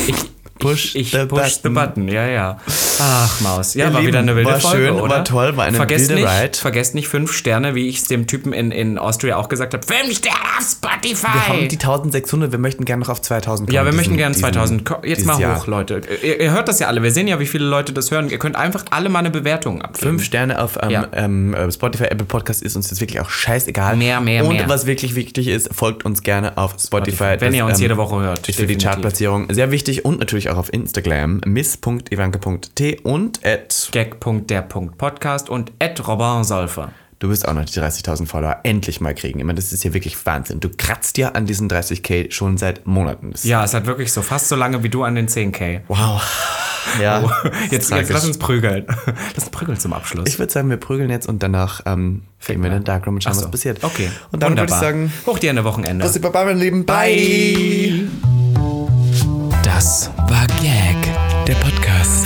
A: Ich,
B: Push
A: ich,
B: the
A: ich push the
B: button.
A: button, ja, ja. Ach, Maus. Ja,
B: Ihr
A: war
B: Lieben,
A: wieder eine wilde
B: war
A: Folge,
B: schön,
A: oder?
B: war toll, war eine
A: vergesst
B: wilde
A: nicht,
B: Ride.
A: Vergesst nicht fünf Sterne, wie ich es dem Typen in, in Austria auch gesagt habe. Fünf Sterne auf Spotify!
B: Wir haben die 1600, wir möchten gerne noch auf 2000 kommen.
A: ja, wir
B: diesen-
A: möchten gerne
B: diesen-
A: 2000. Ko- Jetzt
B: dieses
A: mal hoch,
B: Jahr.
A: Leute. Ihr, ihr hört das ja alle. Wir sehen ja, wie viele Leute das hören. Ihr könnt einfach alle meine Bewertungen abgeben.
B: Fünf Sterne auf ähm,
A: Ja.
B: ähm, äh, Spotify, Apple Podcast ist uns jetzt wirklich auch scheißegal.
A: Mehr, mehr,
B: Und
A: mehr.
B: was wirklich wichtig ist, folgt uns gerne auf Spotify.
A: Wenn ihr uns jede Woche hört,
B: Ist für die
A: definitiv.
B: Chartplatzierung sehr wichtig und natürlich auch auf Instagram miss.ivanke.t und at
A: Gag.der.podcast und at Robin Solfer.
B: du wirst auch noch die 30.000 Follower endlich mal kriegen. Ich meine, das ist ja wirklich Wahnsinn. Du kratzt ja an diesen 30k schon seit Monaten. Das
C: Ja, es hat wirklich so fast so lange wie du an den 10k.
B: Wow. Oh. Ja.
A: Oh.
C: Jetzt, jetzt
B: tragisch.
C: lass uns prügeln. Lass uns prügeln zum Abschluss.
B: Ich würde sagen, wir prügeln jetzt und danach ähm, gehen wir in den Darkroom und schauen,
C: Ach so.
B: was passiert.
C: Okay.
B: Und dann würde ich
C: Wunderbar.
B: sagen,
C: hoch dir an der Wochenende.
B: was über mein Leben. Bye.
A: Das war Gag,
D: Der Podcast